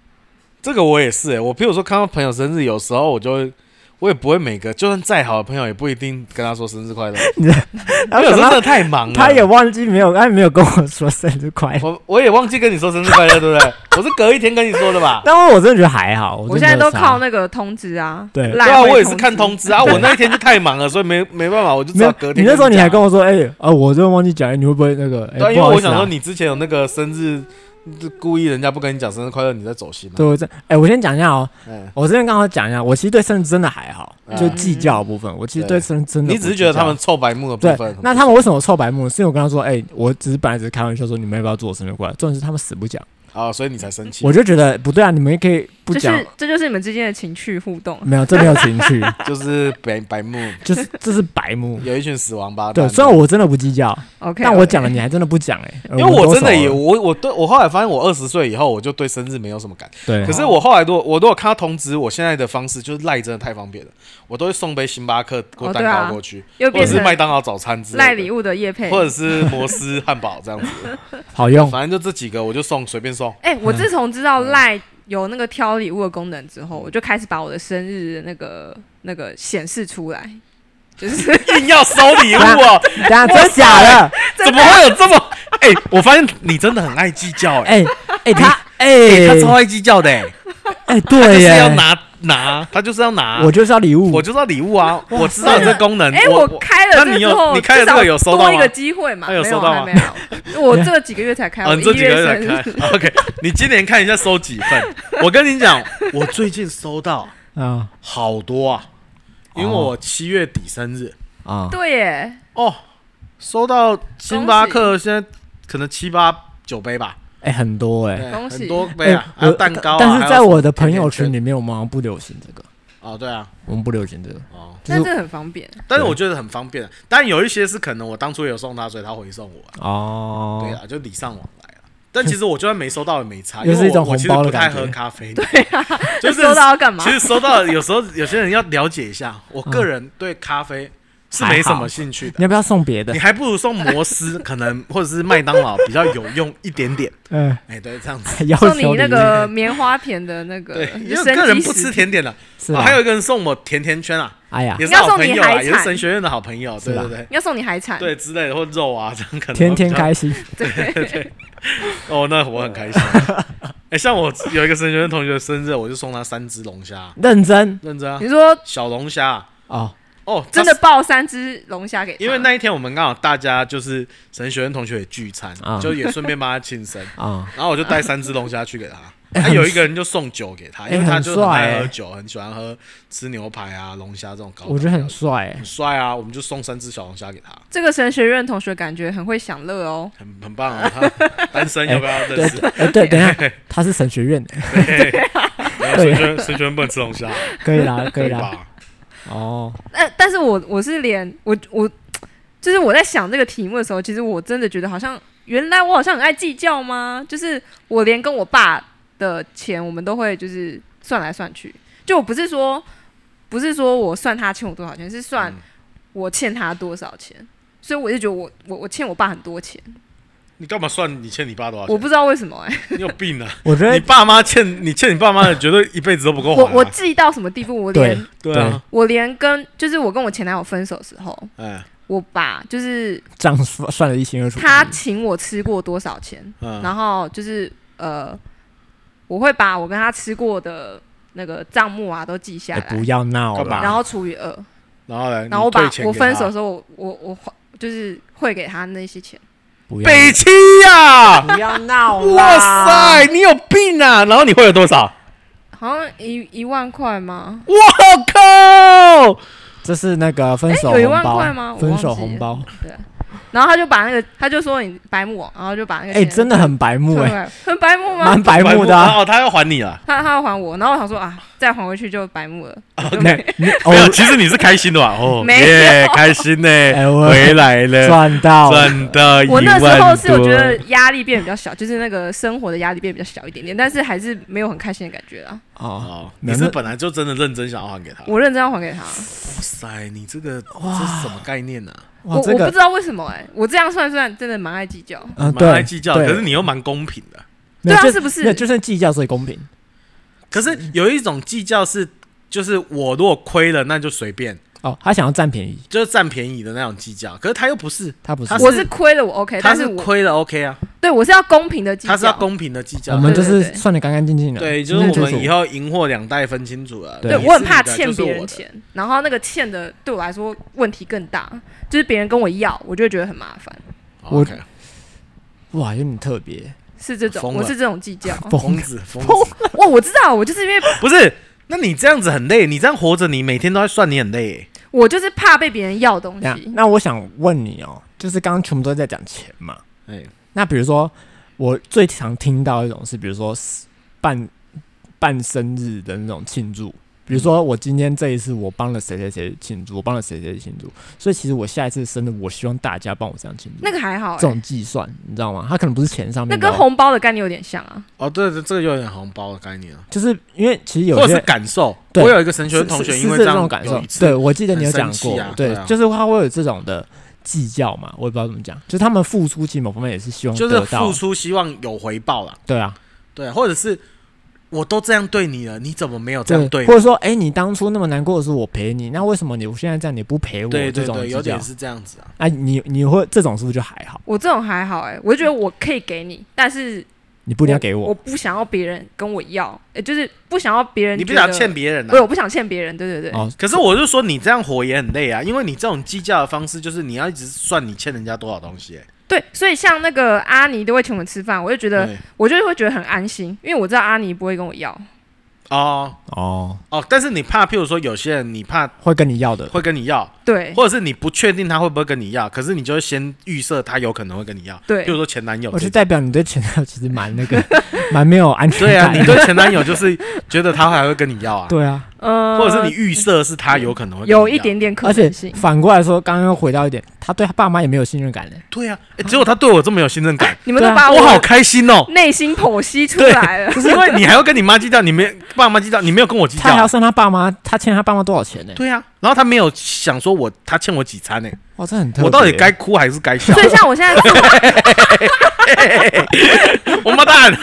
[SPEAKER 2] 这个我也是哎、我譬如说看到朋友生日，有时候我就会我也不会每个，就算再好的朋友，也不一定跟他说生日快乐，因
[SPEAKER 1] 然
[SPEAKER 2] 为
[SPEAKER 1] 后
[SPEAKER 2] 有时
[SPEAKER 1] 想
[SPEAKER 2] 候真
[SPEAKER 1] 到
[SPEAKER 2] 的太忙了。
[SPEAKER 1] 他也忘记哎没有，他也没有跟我说生日快乐。
[SPEAKER 2] 我我也忘记跟你说生日快乐，对不对？我是隔一天跟你说的吧？
[SPEAKER 1] 但我真的觉得还好，
[SPEAKER 3] 我
[SPEAKER 1] 我
[SPEAKER 3] 现在都靠
[SPEAKER 1] 那
[SPEAKER 3] 那个通知啊，
[SPEAKER 1] 对
[SPEAKER 3] 赖
[SPEAKER 2] 对啊，
[SPEAKER 3] 会
[SPEAKER 2] 我也是看通知啊，
[SPEAKER 1] 对
[SPEAKER 2] 我那一天就太忙了，所以没没办法，我就只
[SPEAKER 1] 没
[SPEAKER 2] 好
[SPEAKER 1] 有
[SPEAKER 2] 隔。
[SPEAKER 1] 你
[SPEAKER 2] 天。
[SPEAKER 1] 那时候你还跟
[SPEAKER 2] 我，
[SPEAKER 1] 我说，哎、啊，我就忘记讲，哎你会不会那个？哎、
[SPEAKER 2] 对啊，因
[SPEAKER 1] 不
[SPEAKER 2] 为
[SPEAKER 1] 好意
[SPEAKER 2] 我
[SPEAKER 1] 思啊
[SPEAKER 2] 想说你之前有那个生日，就故意人家不跟你讲生日快乐，你在走心啊。
[SPEAKER 1] 对，我这，哎、我先讲一下哦，
[SPEAKER 2] 嗯，
[SPEAKER 1] 我这边刚好讲一下，我其实对生日真的还好，
[SPEAKER 2] 嗯
[SPEAKER 1] 就计较的部分，我其实对生日真的不
[SPEAKER 2] 你
[SPEAKER 1] 计较，
[SPEAKER 2] 只是觉得他们臭白目的部
[SPEAKER 1] 对
[SPEAKER 2] 分。，
[SPEAKER 1] 那他们为什么臭白目？是因为我跟他说，哎、我只是本来只是开玩笑说你们要不要做我生日快乐，重点是他们死不讲，
[SPEAKER 2] 啊，所以你才生气
[SPEAKER 1] 我，就觉得不对啊，你们也可以不
[SPEAKER 3] 就
[SPEAKER 1] 讲，
[SPEAKER 3] 是这就是你们之间的情趣互动。
[SPEAKER 1] 没有，这没有情趣，
[SPEAKER 2] 就是白白目，
[SPEAKER 1] 就是这是白 目。
[SPEAKER 2] 有一群死王八蛋。啊
[SPEAKER 1] 对，虽然我真的不计较，
[SPEAKER 3] OK，
[SPEAKER 1] 但我讲了你还真的不讲哎、
[SPEAKER 2] 因为我真的也我我对我后来发现我二十岁以后我就对生日没有什么感，
[SPEAKER 1] 对，
[SPEAKER 2] 可是我后来都我都有看到通知，我现在的方式就是赖真的太方便了，我都会送杯星巴克或
[SPEAKER 3] 哦
[SPEAKER 2] 蛋
[SPEAKER 3] 对啊
[SPEAKER 2] 糕过去，
[SPEAKER 3] 又
[SPEAKER 2] 或者
[SPEAKER 3] 变
[SPEAKER 2] 是
[SPEAKER 3] 成
[SPEAKER 2] 麦当劳早餐之
[SPEAKER 3] 赖
[SPEAKER 2] 类
[SPEAKER 3] 礼
[SPEAKER 2] 的，
[SPEAKER 3] 物的叶配。
[SPEAKER 2] 或者是摩斯汉堡这样 子，
[SPEAKER 1] 好用，
[SPEAKER 2] 反正就这几个我就送随便送。
[SPEAKER 3] 哎、我自从知
[SPEAKER 2] 嗯
[SPEAKER 3] 道赖有那个挑礼物的功能之后，我就开始把我的生日的那个那个显示出来，就是
[SPEAKER 2] 硬要收礼物 哦，
[SPEAKER 1] 等一下真的假的？
[SPEAKER 2] 怎么会有这么？哎、我发现你真的很爱计较哎、
[SPEAKER 1] 哎哎他
[SPEAKER 2] 欸他超
[SPEAKER 1] 哎
[SPEAKER 2] 爱计较的、欸，
[SPEAKER 1] 哎
[SPEAKER 2] 他就
[SPEAKER 1] 对
[SPEAKER 2] 是要
[SPEAKER 1] 耶，
[SPEAKER 2] 拿拿，他就是要拿，
[SPEAKER 1] 我就是要礼物，
[SPEAKER 2] 我就是要礼物啊，我知道有这功能，
[SPEAKER 3] 哎、
[SPEAKER 2] 我
[SPEAKER 3] 我开了
[SPEAKER 2] 那
[SPEAKER 3] 这
[SPEAKER 2] 你
[SPEAKER 3] 之
[SPEAKER 2] 有
[SPEAKER 3] 后，
[SPEAKER 2] 你开了
[SPEAKER 3] 至少
[SPEAKER 2] 这个有收到
[SPEAKER 3] 多一
[SPEAKER 2] 吗
[SPEAKER 3] 个机会嘛？
[SPEAKER 2] 那有
[SPEAKER 3] 没
[SPEAKER 2] 收
[SPEAKER 3] 有，啊
[SPEAKER 2] 到
[SPEAKER 3] 还
[SPEAKER 2] 吗
[SPEAKER 3] 没有。 我这几个月才开，
[SPEAKER 2] 啊，
[SPEAKER 3] 我
[SPEAKER 2] 你这
[SPEAKER 3] 一
[SPEAKER 2] 几个
[SPEAKER 3] 月
[SPEAKER 2] 月才
[SPEAKER 3] 生日。
[SPEAKER 2] 开哦，OK？你今年看一下收几 份？我跟你讲，我最近收到
[SPEAKER 1] 啊
[SPEAKER 2] 好多啊，因为
[SPEAKER 1] 哦
[SPEAKER 2] 我七月底生日
[SPEAKER 1] 啊
[SPEAKER 3] 对 耶，
[SPEAKER 2] 哦，收到星巴克现在可能七八九杯吧，
[SPEAKER 1] 哎很多哎。
[SPEAKER 2] 对
[SPEAKER 3] 恭喜
[SPEAKER 2] 很多杯啊，
[SPEAKER 1] 哎
[SPEAKER 2] 还有
[SPEAKER 1] 我
[SPEAKER 2] 蛋糕啊。
[SPEAKER 1] 但是
[SPEAKER 2] 还有
[SPEAKER 1] 在
[SPEAKER 2] 什么
[SPEAKER 1] 我的朋友圈
[SPEAKER 2] 甜
[SPEAKER 1] 里
[SPEAKER 2] 甜
[SPEAKER 1] 面，我们好像不流行这个，
[SPEAKER 2] 圈哦，对啊，
[SPEAKER 1] 我们不流行这个，
[SPEAKER 2] 哦，
[SPEAKER 1] 就
[SPEAKER 3] 那
[SPEAKER 1] 是
[SPEAKER 3] 这很方便。
[SPEAKER 2] 但是我觉得很方便啊。但有一些是可能我当初有送他，所以他回送我啊，
[SPEAKER 1] 哦
[SPEAKER 2] 对，啊，就礼尚往来啊。但其实我就算没收到也没差，因
[SPEAKER 1] 又是
[SPEAKER 2] 为
[SPEAKER 1] 一种
[SPEAKER 2] 我我其实
[SPEAKER 1] 红包
[SPEAKER 2] 不
[SPEAKER 1] 的
[SPEAKER 2] 太
[SPEAKER 1] 感觉
[SPEAKER 2] 喝咖 啡，对 啊，就是
[SPEAKER 3] 收到要干嘛
[SPEAKER 2] 其？实收到有时候有些人要了解一下，我个人对咖啡是没什么兴趣的
[SPEAKER 1] 你。要不要送别的
[SPEAKER 2] 你？还不如送摩斯，可能 或者是麦当劳比较有用一点点。
[SPEAKER 1] 嗯，
[SPEAKER 2] 哎、对，这样子。
[SPEAKER 1] 要
[SPEAKER 3] 送
[SPEAKER 1] 求
[SPEAKER 3] 你那
[SPEAKER 1] 礼物
[SPEAKER 3] 个棉花甜的那个
[SPEAKER 2] 对， 因为
[SPEAKER 3] 生
[SPEAKER 2] 个人
[SPEAKER 3] 机
[SPEAKER 2] 不
[SPEAKER 3] 食
[SPEAKER 2] 吃
[SPEAKER 3] 品
[SPEAKER 2] 甜点的、
[SPEAKER 1] 是
[SPEAKER 2] 啊
[SPEAKER 1] 啊
[SPEAKER 2] 还有一个人送我甜甜圈啊，
[SPEAKER 1] 哎呀
[SPEAKER 2] 也，是好朋友
[SPEAKER 3] 你要
[SPEAKER 2] 啊，
[SPEAKER 3] 送你海产
[SPEAKER 2] 也是神学院的好朋友，对
[SPEAKER 1] 是啊
[SPEAKER 2] 对对
[SPEAKER 3] 要送你海产，
[SPEAKER 2] 对之类的，或肉啊，这样可能
[SPEAKER 1] 天天
[SPEAKER 2] 会比较
[SPEAKER 1] 开心，
[SPEAKER 2] 哦，那我很开 心。哎、像我有一个神学院同学生日，我就送他三只龙虾，
[SPEAKER 1] 认真
[SPEAKER 2] 认真啊
[SPEAKER 3] 你，说
[SPEAKER 2] 小龙虾
[SPEAKER 1] 哦，
[SPEAKER 2] 哦，
[SPEAKER 3] 真的爆三只龙虾给他，
[SPEAKER 2] 因为那一天我们刚好大家就是神学院同学也聚餐，
[SPEAKER 1] 啊
[SPEAKER 2] 就也顺便帮他庆 生，
[SPEAKER 1] 啊，
[SPEAKER 2] 然后我就带三只龙虾去 给他。
[SPEAKER 1] 哎
[SPEAKER 2] 他
[SPEAKER 1] 很
[SPEAKER 2] 有一个人就送酒给他，
[SPEAKER 1] 哎
[SPEAKER 2] 因为他就很爱喝
[SPEAKER 1] 很帅
[SPEAKER 2] 酒，很喜欢喝吃牛排啊、龙虾这种高档料
[SPEAKER 1] 我
[SPEAKER 2] 理。
[SPEAKER 1] 觉得很帅哎
[SPEAKER 2] 很，帅啊，我们就送三只小龙虾给他，
[SPEAKER 3] 这个神学院同学感觉很会享乐哦。
[SPEAKER 2] 很很棒啊。他单身要不要认识？
[SPEAKER 1] 哎对，等一下， 他是神学院的，
[SPEAKER 2] 神学院神学院不能吃龙虾，
[SPEAKER 1] 可以 啦，可以啦，
[SPEAKER 2] 吧？
[SPEAKER 1] 哦，
[SPEAKER 3] 那但是我我是连我我就是我在想这个题目的时候，其实我真的觉得好像原来我好像很爱计较吗？就是我连跟我爸的钱，我们都会就是算来算去，就我不是说不是说我算他欠我多少钱，是算
[SPEAKER 2] 嗯
[SPEAKER 3] 我欠他多少钱。所以我就觉得我我我欠我爸很多钱，
[SPEAKER 2] 你干嘛算你欠你爸多少
[SPEAKER 3] 我
[SPEAKER 2] 钱？
[SPEAKER 3] 不知道为什么哎、
[SPEAKER 2] 你有 病啊！
[SPEAKER 1] 我觉得
[SPEAKER 2] 你爸妈欠你欠你爸妈的，绝对一辈子都不够还
[SPEAKER 3] 我
[SPEAKER 2] 啊。
[SPEAKER 3] 我记到什么地步，我
[SPEAKER 1] 对
[SPEAKER 3] 连
[SPEAKER 2] 对啊，
[SPEAKER 3] 我连跟就是我跟我前男友分手的时候，
[SPEAKER 2] 哎
[SPEAKER 3] 我把就是
[SPEAKER 1] 账算算的一清二楚，
[SPEAKER 3] 他请我吃过多少钱，
[SPEAKER 2] 嗯
[SPEAKER 3] 然后就是呃，我会把我跟他吃过的那个账目啊都记下
[SPEAKER 1] 哎
[SPEAKER 3] 来
[SPEAKER 1] 不，要闹
[SPEAKER 2] 干嘛
[SPEAKER 1] 了，
[SPEAKER 3] 然后除以二，
[SPEAKER 2] 然后呢？
[SPEAKER 3] 然后我把
[SPEAKER 2] 你退钱给
[SPEAKER 3] 我分手
[SPEAKER 2] 他
[SPEAKER 3] 的时候，我我我花就是汇给他那些钱，
[SPEAKER 1] 不要
[SPEAKER 2] 北
[SPEAKER 1] 闹
[SPEAKER 2] 七呀！
[SPEAKER 1] 不要闹啦，
[SPEAKER 2] 哇塞，你有病啊！然后你会有多少？
[SPEAKER 3] 好像一一万块吗？
[SPEAKER 2] 我靠！
[SPEAKER 1] 这是那个分手
[SPEAKER 3] 哎有
[SPEAKER 1] 红
[SPEAKER 3] 一万块吗
[SPEAKER 1] 包，
[SPEAKER 3] 我
[SPEAKER 1] 分
[SPEAKER 3] 忘
[SPEAKER 1] 手
[SPEAKER 3] 记
[SPEAKER 1] 红
[SPEAKER 3] 了
[SPEAKER 1] 包，
[SPEAKER 3] 对，然后他就把那个他就说你白目哦，然后就把那个
[SPEAKER 1] 哎，
[SPEAKER 3] 钱
[SPEAKER 1] 真的很白目
[SPEAKER 3] 退回
[SPEAKER 1] 哎，
[SPEAKER 3] 来，很白目吗？
[SPEAKER 1] 蛮白目的 啊，
[SPEAKER 2] 哦，他要还你了。
[SPEAKER 3] 他他要还我，然后我想说啊，再还回去就白目了，嗯我就
[SPEAKER 1] 没
[SPEAKER 3] 没
[SPEAKER 1] 你
[SPEAKER 2] 没有，
[SPEAKER 1] 哦
[SPEAKER 2] 其实你是开心的吧？哦，
[SPEAKER 3] 没有
[SPEAKER 2] 耶，开心呢，
[SPEAKER 1] 哎我
[SPEAKER 2] 回来了，
[SPEAKER 1] 赚到了
[SPEAKER 2] 呃赚到一
[SPEAKER 3] 我那
[SPEAKER 2] 万
[SPEAKER 3] 时候是我
[SPEAKER 2] 多
[SPEAKER 3] 觉得压力变比较小，就是那个生活的压力变比较小一点点，但是还是没有很开心的感觉啊。
[SPEAKER 1] 哦，
[SPEAKER 2] 哦，
[SPEAKER 1] 没
[SPEAKER 2] 你
[SPEAKER 1] 有
[SPEAKER 2] 是
[SPEAKER 1] 那
[SPEAKER 2] 本来就真的认真想要还给他。哇
[SPEAKER 3] 我认真要还给他，
[SPEAKER 2] 塞，你这个这是什么概念呢？
[SPEAKER 1] 哇
[SPEAKER 3] 我
[SPEAKER 1] 这
[SPEAKER 3] 我不
[SPEAKER 1] 个
[SPEAKER 3] 知道为什么哎、我这样算算真的蛮爱计较。
[SPEAKER 1] 嗯
[SPEAKER 2] 蛮爱
[SPEAKER 1] 对
[SPEAKER 2] 计较，
[SPEAKER 1] 对
[SPEAKER 2] 可是你又蛮公平的。
[SPEAKER 1] 没有
[SPEAKER 3] 对啊
[SPEAKER 1] 就是
[SPEAKER 3] 不是
[SPEAKER 1] 没有就算计较所以公平，
[SPEAKER 2] 可是有一种计较是就是我如果亏了，那就随便，
[SPEAKER 1] 哦，他想要占便宜，
[SPEAKER 2] 就是占便宜的那种计较。可是他又不是，
[SPEAKER 1] 他不是
[SPEAKER 2] 他
[SPEAKER 3] 我是亏了我 OK，
[SPEAKER 2] 他
[SPEAKER 3] 但
[SPEAKER 2] 是
[SPEAKER 3] 我
[SPEAKER 2] 亏了 OK 啊，
[SPEAKER 3] 对我是要公平的计较，
[SPEAKER 2] 他是要公平的计较。
[SPEAKER 1] 我们
[SPEAKER 3] 对
[SPEAKER 1] 就
[SPEAKER 3] 对
[SPEAKER 1] 是
[SPEAKER 3] 对
[SPEAKER 1] 算的干干净净的。
[SPEAKER 2] 对，就是
[SPEAKER 1] 那
[SPEAKER 2] 我们以
[SPEAKER 1] 后
[SPEAKER 2] 后赢货两代分清楚了。
[SPEAKER 1] 对
[SPEAKER 3] 对
[SPEAKER 2] 你
[SPEAKER 3] 我很
[SPEAKER 2] 是
[SPEAKER 3] 怕
[SPEAKER 2] 你的
[SPEAKER 3] 欠
[SPEAKER 2] 就是
[SPEAKER 3] 别人
[SPEAKER 2] 我的
[SPEAKER 3] 钱，然后那个欠的对我来说问题更大，就是别人跟我要，我就会觉得很麻烦，
[SPEAKER 1] 我
[SPEAKER 2] OK，
[SPEAKER 1] 哇，有点特别，
[SPEAKER 3] 是这种，
[SPEAKER 2] 疯了
[SPEAKER 3] 我是这种计较。
[SPEAKER 1] 疯
[SPEAKER 2] 疯
[SPEAKER 1] 子
[SPEAKER 2] 子，疯子，
[SPEAKER 3] 哇，我知道，我就是因为
[SPEAKER 2] 不是？那你这样子很累，你这样活着，你每天都在算，你很累耶。
[SPEAKER 3] 我就是怕被别人要东
[SPEAKER 1] 那
[SPEAKER 3] 西，
[SPEAKER 1] 那我想问你哦，就是刚刚全部都在讲钱嘛？
[SPEAKER 2] 哎，
[SPEAKER 1] 那比如说，我最常听到一种是，比如说是办办生日的那种庆祝，比如说我今天这一次我帮了谁谁谁庆祝，我帮了谁谁谁庆祝，所以其实我下一次生日，我希望大家帮我这样庆祝。
[SPEAKER 3] 那个还好、
[SPEAKER 1] 这
[SPEAKER 3] 欸，
[SPEAKER 1] 种计算，你知道吗？它可能不是钱上
[SPEAKER 3] 那
[SPEAKER 1] 面的哦，
[SPEAKER 3] 跟红包的概念有点像啊。
[SPEAKER 2] 哦，对对，这个有点红包的概念了，
[SPEAKER 1] 就是因为其实有
[SPEAKER 2] 或者
[SPEAKER 1] 些
[SPEAKER 2] 是感受。
[SPEAKER 1] 对
[SPEAKER 2] 我有一个神学院同
[SPEAKER 1] 是
[SPEAKER 2] 学，
[SPEAKER 1] 是
[SPEAKER 2] 因为
[SPEAKER 1] 是
[SPEAKER 2] 这
[SPEAKER 1] 这
[SPEAKER 2] 样
[SPEAKER 1] 种感受
[SPEAKER 2] 有一，次
[SPEAKER 1] 对我记得你有
[SPEAKER 2] 很
[SPEAKER 1] 讲
[SPEAKER 2] 生
[SPEAKER 1] 过
[SPEAKER 2] 气，啊
[SPEAKER 1] 对
[SPEAKER 2] 对啊，
[SPEAKER 1] 就是他会有这种的计较嘛，我也不知道怎么讲，就是他们付出其实某方面也是希望
[SPEAKER 2] 就是
[SPEAKER 1] 得到
[SPEAKER 2] 付，出希望有回报啦，
[SPEAKER 1] 对啊，
[SPEAKER 2] 对，或者是我都这样对你了，你怎么没有这样对
[SPEAKER 1] 或
[SPEAKER 2] 我？
[SPEAKER 1] 者说，哎、你当初那么难过的时候我陪你，那为什么你现在这样你不陪我？
[SPEAKER 2] 对
[SPEAKER 1] 这
[SPEAKER 2] 对
[SPEAKER 1] 种
[SPEAKER 2] 对，
[SPEAKER 1] 计
[SPEAKER 2] 有
[SPEAKER 1] 较
[SPEAKER 2] 点，是这样子啊。
[SPEAKER 1] 哎、你你会这种是不是就还好？
[SPEAKER 3] 我这种还好、欸，哎，我就觉得我可以给你，但是
[SPEAKER 1] 你不一定要给
[SPEAKER 3] 我，
[SPEAKER 1] 我，
[SPEAKER 3] 我不想要别人跟我要，哎、就是不想要别人
[SPEAKER 2] 你不
[SPEAKER 3] 觉得
[SPEAKER 2] 想欠，别人
[SPEAKER 3] 不是，
[SPEAKER 2] 啊？
[SPEAKER 3] 我不想欠别人，对对对，
[SPEAKER 1] 哦，
[SPEAKER 2] 可是我就说你这样活也很累啊，因为你这种计较的方式就是你要一直算你欠人家多少东西、欸。
[SPEAKER 3] 对，所以像那个阿尼都会请我们吃饭，我就觉得
[SPEAKER 2] 对
[SPEAKER 3] 我就会觉得很安心，因为我知道阿尼不会跟我要，
[SPEAKER 2] 哦
[SPEAKER 1] 哦，
[SPEAKER 2] 哦，但是你怕，譬如说有些人你怕
[SPEAKER 1] 会跟你要的，
[SPEAKER 2] 会跟你要，
[SPEAKER 3] 对
[SPEAKER 2] 或者是你不确定他会不会跟你要，可是你就会先预设他有可能会跟你要，
[SPEAKER 3] 对
[SPEAKER 2] 譬如说前男友
[SPEAKER 1] 我
[SPEAKER 2] 这
[SPEAKER 1] 就
[SPEAKER 2] 种。
[SPEAKER 1] 代表你对前男友 其实蛮那个，蛮没有安全
[SPEAKER 2] 对 啊，
[SPEAKER 1] 感
[SPEAKER 2] 你
[SPEAKER 1] 的。
[SPEAKER 2] 对前男友就是觉得他还会跟你要啊，
[SPEAKER 1] 对啊，
[SPEAKER 3] 呃，
[SPEAKER 2] 或者是你预设是他有可能会跟你要
[SPEAKER 3] 有一点点可
[SPEAKER 1] 而且
[SPEAKER 3] 能性。
[SPEAKER 1] 反过来说，刚刚又回到一点，他对他爸妈也没有信任感嘞。
[SPEAKER 2] 对啊，诶结果他对我这么有信任感，
[SPEAKER 3] 你们都
[SPEAKER 1] 对啊
[SPEAKER 3] 把
[SPEAKER 2] 我好
[SPEAKER 3] 我
[SPEAKER 2] 开心哦。
[SPEAKER 3] 内心剖析出来了，
[SPEAKER 2] 就是因为你还要跟你妈计较，你没爸妈计较，你没有跟我计
[SPEAKER 1] 他还要
[SPEAKER 2] 较。
[SPEAKER 1] 算他爸妈，他欠他爸妈多少钱呢？
[SPEAKER 2] 对啊，然后他没有想说我他欠我几餐呢、欸
[SPEAKER 1] 哇，这很特别。
[SPEAKER 2] 我到底该哭还是该笑？
[SPEAKER 3] 所以像我现在自
[SPEAKER 2] 王八 蛋，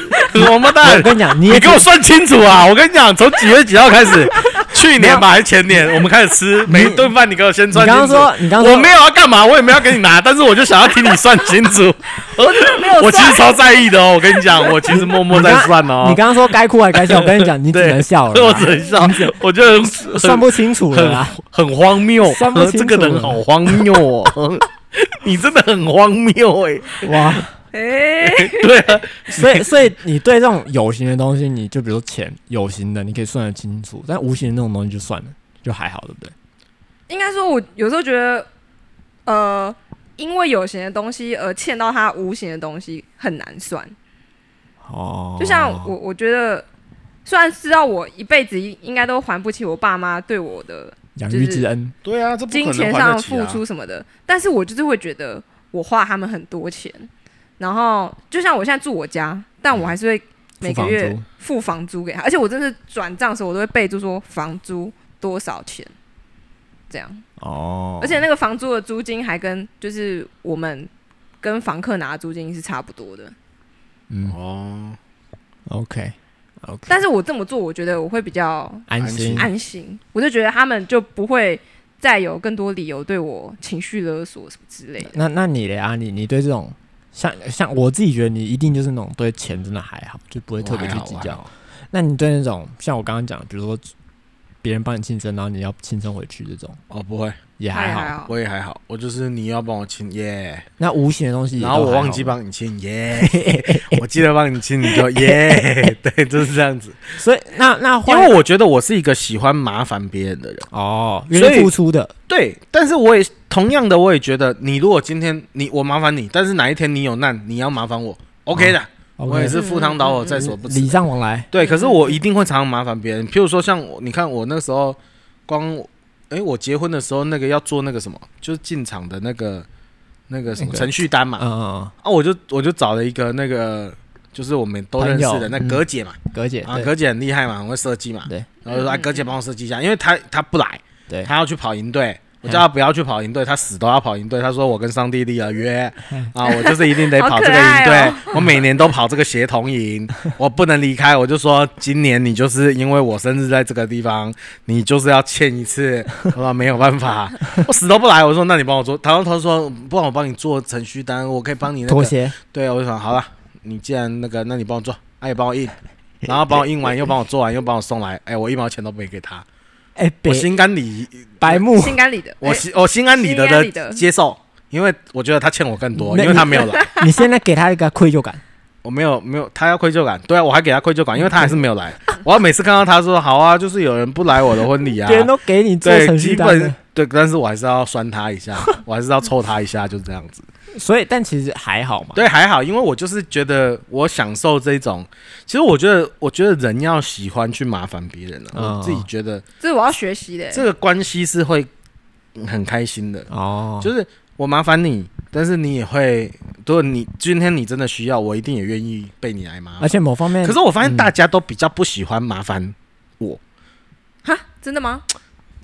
[SPEAKER 2] 王八
[SPEAKER 1] 我
[SPEAKER 2] 蛋
[SPEAKER 1] 我，跟你讲，你
[SPEAKER 2] 你
[SPEAKER 1] 也
[SPEAKER 2] 给我算清楚啊！我跟你讲，从几月几号开始， 去年吧还是前年，我们开始吃每一顿饭，你给我先
[SPEAKER 1] 你
[SPEAKER 2] 算
[SPEAKER 1] 刚
[SPEAKER 2] 清楚。
[SPEAKER 1] 刚说，你刚刚
[SPEAKER 2] 我
[SPEAKER 1] 说
[SPEAKER 2] 没有要干嘛，我也没有要给你拿，但是我就想要听你算清 楚。
[SPEAKER 3] 我真的没有
[SPEAKER 2] 我其
[SPEAKER 3] 算
[SPEAKER 2] 实超在意的哦，我跟你讲，我其实默默在算哦。
[SPEAKER 1] 你刚刚说该哭还该笑，我跟你 讲，你只
[SPEAKER 2] 对
[SPEAKER 1] 能笑了
[SPEAKER 2] 所以我
[SPEAKER 1] 啦，
[SPEAKER 2] 只能笑，我觉得很
[SPEAKER 1] 算不清楚了啦。
[SPEAKER 2] 很荒谬
[SPEAKER 1] 算不，清
[SPEAKER 2] 这
[SPEAKER 1] 楚
[SPEAKER 2] 个人好荒谬 哦，你真的很荒谬哎、
[SPEAKER 1] 哇，
[SPEAKER 3] 哎、
[SPEAKER 2] 对啊，
[SPEAKER 1] 所以所以你对这种有形的东西，你就比如说钱，有形的你可以算得清楚，但无形的那种东西就算了，就还好，对不对？
[SPEAKER 3] 应该说，我有时候觉得，呃，因为有形的东西而欠到他无形的东西很难算。
[SPEAKER 1] 哦，
[SPEAKER 3] 就像我，我觉得虽然知道我一辈子应应该都还不起我爸妈对我的
[SPEAKER 1] 养育之恩，
[SPEAKER 2] 对啊，这不可
[SPEAKER 3] 金
[SPEAKER 2] 能
[SPEAKER 3] 钱
[SPEAKER 2] 还
[SPEAKER 3] 上
[SPEAKER 2] 得
[SPEAKER 3] 的
[SPEAKER 2] 起啊
[SPEAKER 3] 付出什么的，但是我就是会觉得我花他们很多钱，然后就像我现在住我家，但我还是会每个
[SPEAKER 1] 付
[SPEAKER 3] 月
[SPEAKER 1] 房
[SPEAKER 3] 付房租给他，而且我真的是转账的时候，我都会备注说房租多少钱，这样。
[SPEAKER 1] 哦，
[SPEAKER 3] 而且那个房租的租金还跟就是我们跟房客拿的租金是差不多的。
[SPEAKER 1] 嗯
[SPEAKER 2] 哦，
[SPEAKER 1] ，OK OK，
[SPEAKER 3] 但是我这么做，我觉得我会比较
[SPEAKER 1] 安心
[SPEAKER 3] 安心，我就觉得他们就不会再有更多理由对我情绪勒索什么之类的。
[SPEAKER 1] 那那你嘞啊，你你对这种像像我自己觉得你一定就是那种对钱真的还好，就不会特别去计
[SPEAKER 2] 我哦还好
[SPEAKER 1] 较。那你对那种像我刚刚讲的，比如说别人帮你庆生，然后你要庆生回去这种
[SPEAKER 2] 哦不会，
[SPEAKER 1] 也
[SPEAKER 3] 他
[SPEAKER 1] 还
[SPEAKER 3] 也
[SPEAKER 1] 好。
[SPEAKER 3] 还好，
[SPEAKER 2] 我也还好，我就是你要帮我亲耶
[SPEAKER 1] 那无形的东西也都
[SPEAKER 2] 然
[SPEAKER 1] 还好，
[SPEAKER 2] 后我忘记帮你亲 耶我记得帮你亲你就 耶对，就是这样子。
[SPEAKER 1] 所以那那
[SPEAKER 2] 因
[SPEAKER 1] 换
[SPEAKER 2] 为我觉得我是一个喜欢麻烦别人的人，
[SPEAKER 1] 哦，愿意
[SPEAKER 2] 所以
[SPEAKER 1] 付出的，
[SPEAKER 2] 对，但是我也同样的，我也觉得你如果今天你我麻烦你，但是哪一天你有难，你要麻烦我，OK 的，我也
[SPEAKER 1] 哦 OK 嗯
[SPEAKER 2] 是赴汤蹈火在所不辞
[SPEAKER 1] 礼。尚往来。
[SPEAKER 2] 对，可是我一定会常常麻烦别人。譬如说，像我，你看我那时候光，哎、我结婚的时候那个要做那个什么，就是进场的那个那个什
[SPEAKER 1] 那
[SPEAKER 2] 么
[SPEAKER 1] 个
[SPEAKER 2] 程序单嘛。
[SPEAKER 1] 嗯，
[SPEAKER 2] 啊，我就我就找了一个那个，就是我们都认识的
[SPEAKER 1] 朋友
[SPEAKER 2] 那葛姐嘛。
[SPEAKER 1] 葛姐，
[SPEAKER 2] 啊，
[SPEAKER 1] 对
[SPEAKER 2] 葛姐很厉害嘛，很会设计嘛。
[SPEAKER 1] 对。
[SPEAKER 3] 嗯
[SPEAKER 2] 然后就说：“哎，葛姐帮我设计一下，因为她她不来，
[SPEAKER 1] 对
[SPEAKER 2] 她要去跑营队，我叫他不要去跑营队，他死都要跑营队。他说我跟上帝立了约
[SPEAKER 1] 嗯
[SPEAKER 2] 啊，我就是一 定得
[SPEAKER 3] 好
[SPEAKER 2] 跑
[SPEAKER 3] 可
[SPEAKER 2] 这个营队，
[SPEAKER 3] 爱哦
[SPEAKER 2] 我每年都跑这个协同 营，我不能离开。我就说今年你就是因为我生日在这个地方，你就是要欠一 次。我说没有办法，我死都不来。我说那你帮我做，他说他说不然我帮你做程序单，我可以帮你那
[SPEAKER 1] 拖
[SPEAKER 2] 个
[SPEAKER 1] 鞋，
[SPEAKER 2] 对，啊我就想好了，你既然那个，那你帮我做，哎、也帮我印，然后帮我印完，又帮我做完，又帮我送来，哎、我一毛钱都没给他，
[SPEAKER 1] 哎，
[SPEAKER 2] 我
[SPEAKER 1] 白
[SPEAKER 2] 心甘理，
[SPEAKER 1] 白目，
[SPEAKER 3] 心甘理的，
[SPEAKER 2] 我
[SPEAKER 3] 哎
[SPEAKER 2] 心我心安理得
[SPEAKER 3] 心安理得
[SPEAKER 2] 的接受，因为我觉得他欠我更多，
[SPEAKER 1] 那
[SPEAKER 2] 因为他没有来，
[SPEAKER 1] 你现在给他一个愧疚 感，
[SPEAKER 2] 我没有没有，他要愧疚感，对啊，我还给他愧疚感，因为他还是没有来，我要每次看到他说好啊，就是有人不来我的婚礼啊，
[SPEAKER 1] 别人都给你做
[SPEAKER 2] 对，
[SPEAKER 1] 程
[SPEAKER 2] 基
[SPEAKER 1] 序单
[SPEAKER 2] 本
[SPEAKER 1] 了，
[SPEAKER 2] 对，但是我还是要酸他一下， 我还是要抽他一下，就是这样子。
[SPEAKER 1] 所以但其实还好嘛。
[SPEAKER 2] 对，还好，因为我就是觉得我享受这种。其实我觉得，我觉得人要喜欢去麻烦别人啊，
[SPEAKER 1] 嗯
[SPEAKER 2] 我自己觉得
[SPEAKER 3] 这是我要学习的，
[SPEAKER 2] 这个关系是会很开心的。
[SPEAKER 1] 哦，
[SPEAKER 2] 就是我麻烦你，但是你也会，如果你今天你真的需要，我一定也愿意被你来麻
[SPEAKER 1] 而
[SPEAKER 2] 烦。
[SPEAKER 1] 且某方面，
[SPEAKER 2] 啊可是我发现
[SPEAKER 1] 嗯
[SPEAKER 2] 大家都比较不喜欢麻烦我，
[SPEAKER 3] 哈，真的吗？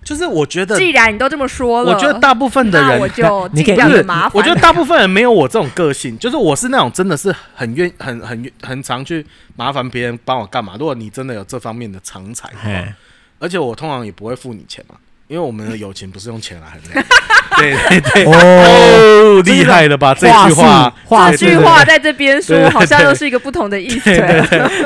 [SPEAKER 2] 就是我觉得，
[SPEAKER 3] 既然你都这么说了，
[SPEAKER 2] 我觉得大部分的
[SPEAKER 3] 那
[SPEAKER 2] 人
[SPEAKER 3] 我就
[SPEAKER 1] 你可
[SPEAKER 3] 尽
[SPEAKER 1] 以
[SPEAKER 2] 不
[SPEAKER 3] 量
[SPEAKER 2] 是
[SPEAKER 3] 的麻烦。
[SPEAKER 2] 我觉得大部分人没有我这种个性， 就是我是那种真的是很愿、很很很常去麻烦别人帮我干嘛。如果你真的有这方面的长才的话，
[SPEAKER 1] 嘿
[SPEAKER 2] 而且我通常也不会付你钱嘛，因为我们的友情不是用钱来衡量。 对对对，
[SPEAKER 1] 哦，
[SPEAKER 2] 哦，
[SPEAKER 1] 这个
[SPEAKER 2] 厉害了吧？这句话，
[SPEAKER 1] 话
[SPEAKER 3] 这
[SPEAKER 1] 术
[SPEAKER 3] 句话在这边
[SPEAKER 2] 对
[SPEAKER 3] 说，
[SPEAKER 2] 对对
[SPEAKER 3] 好像又是一个不同的意思。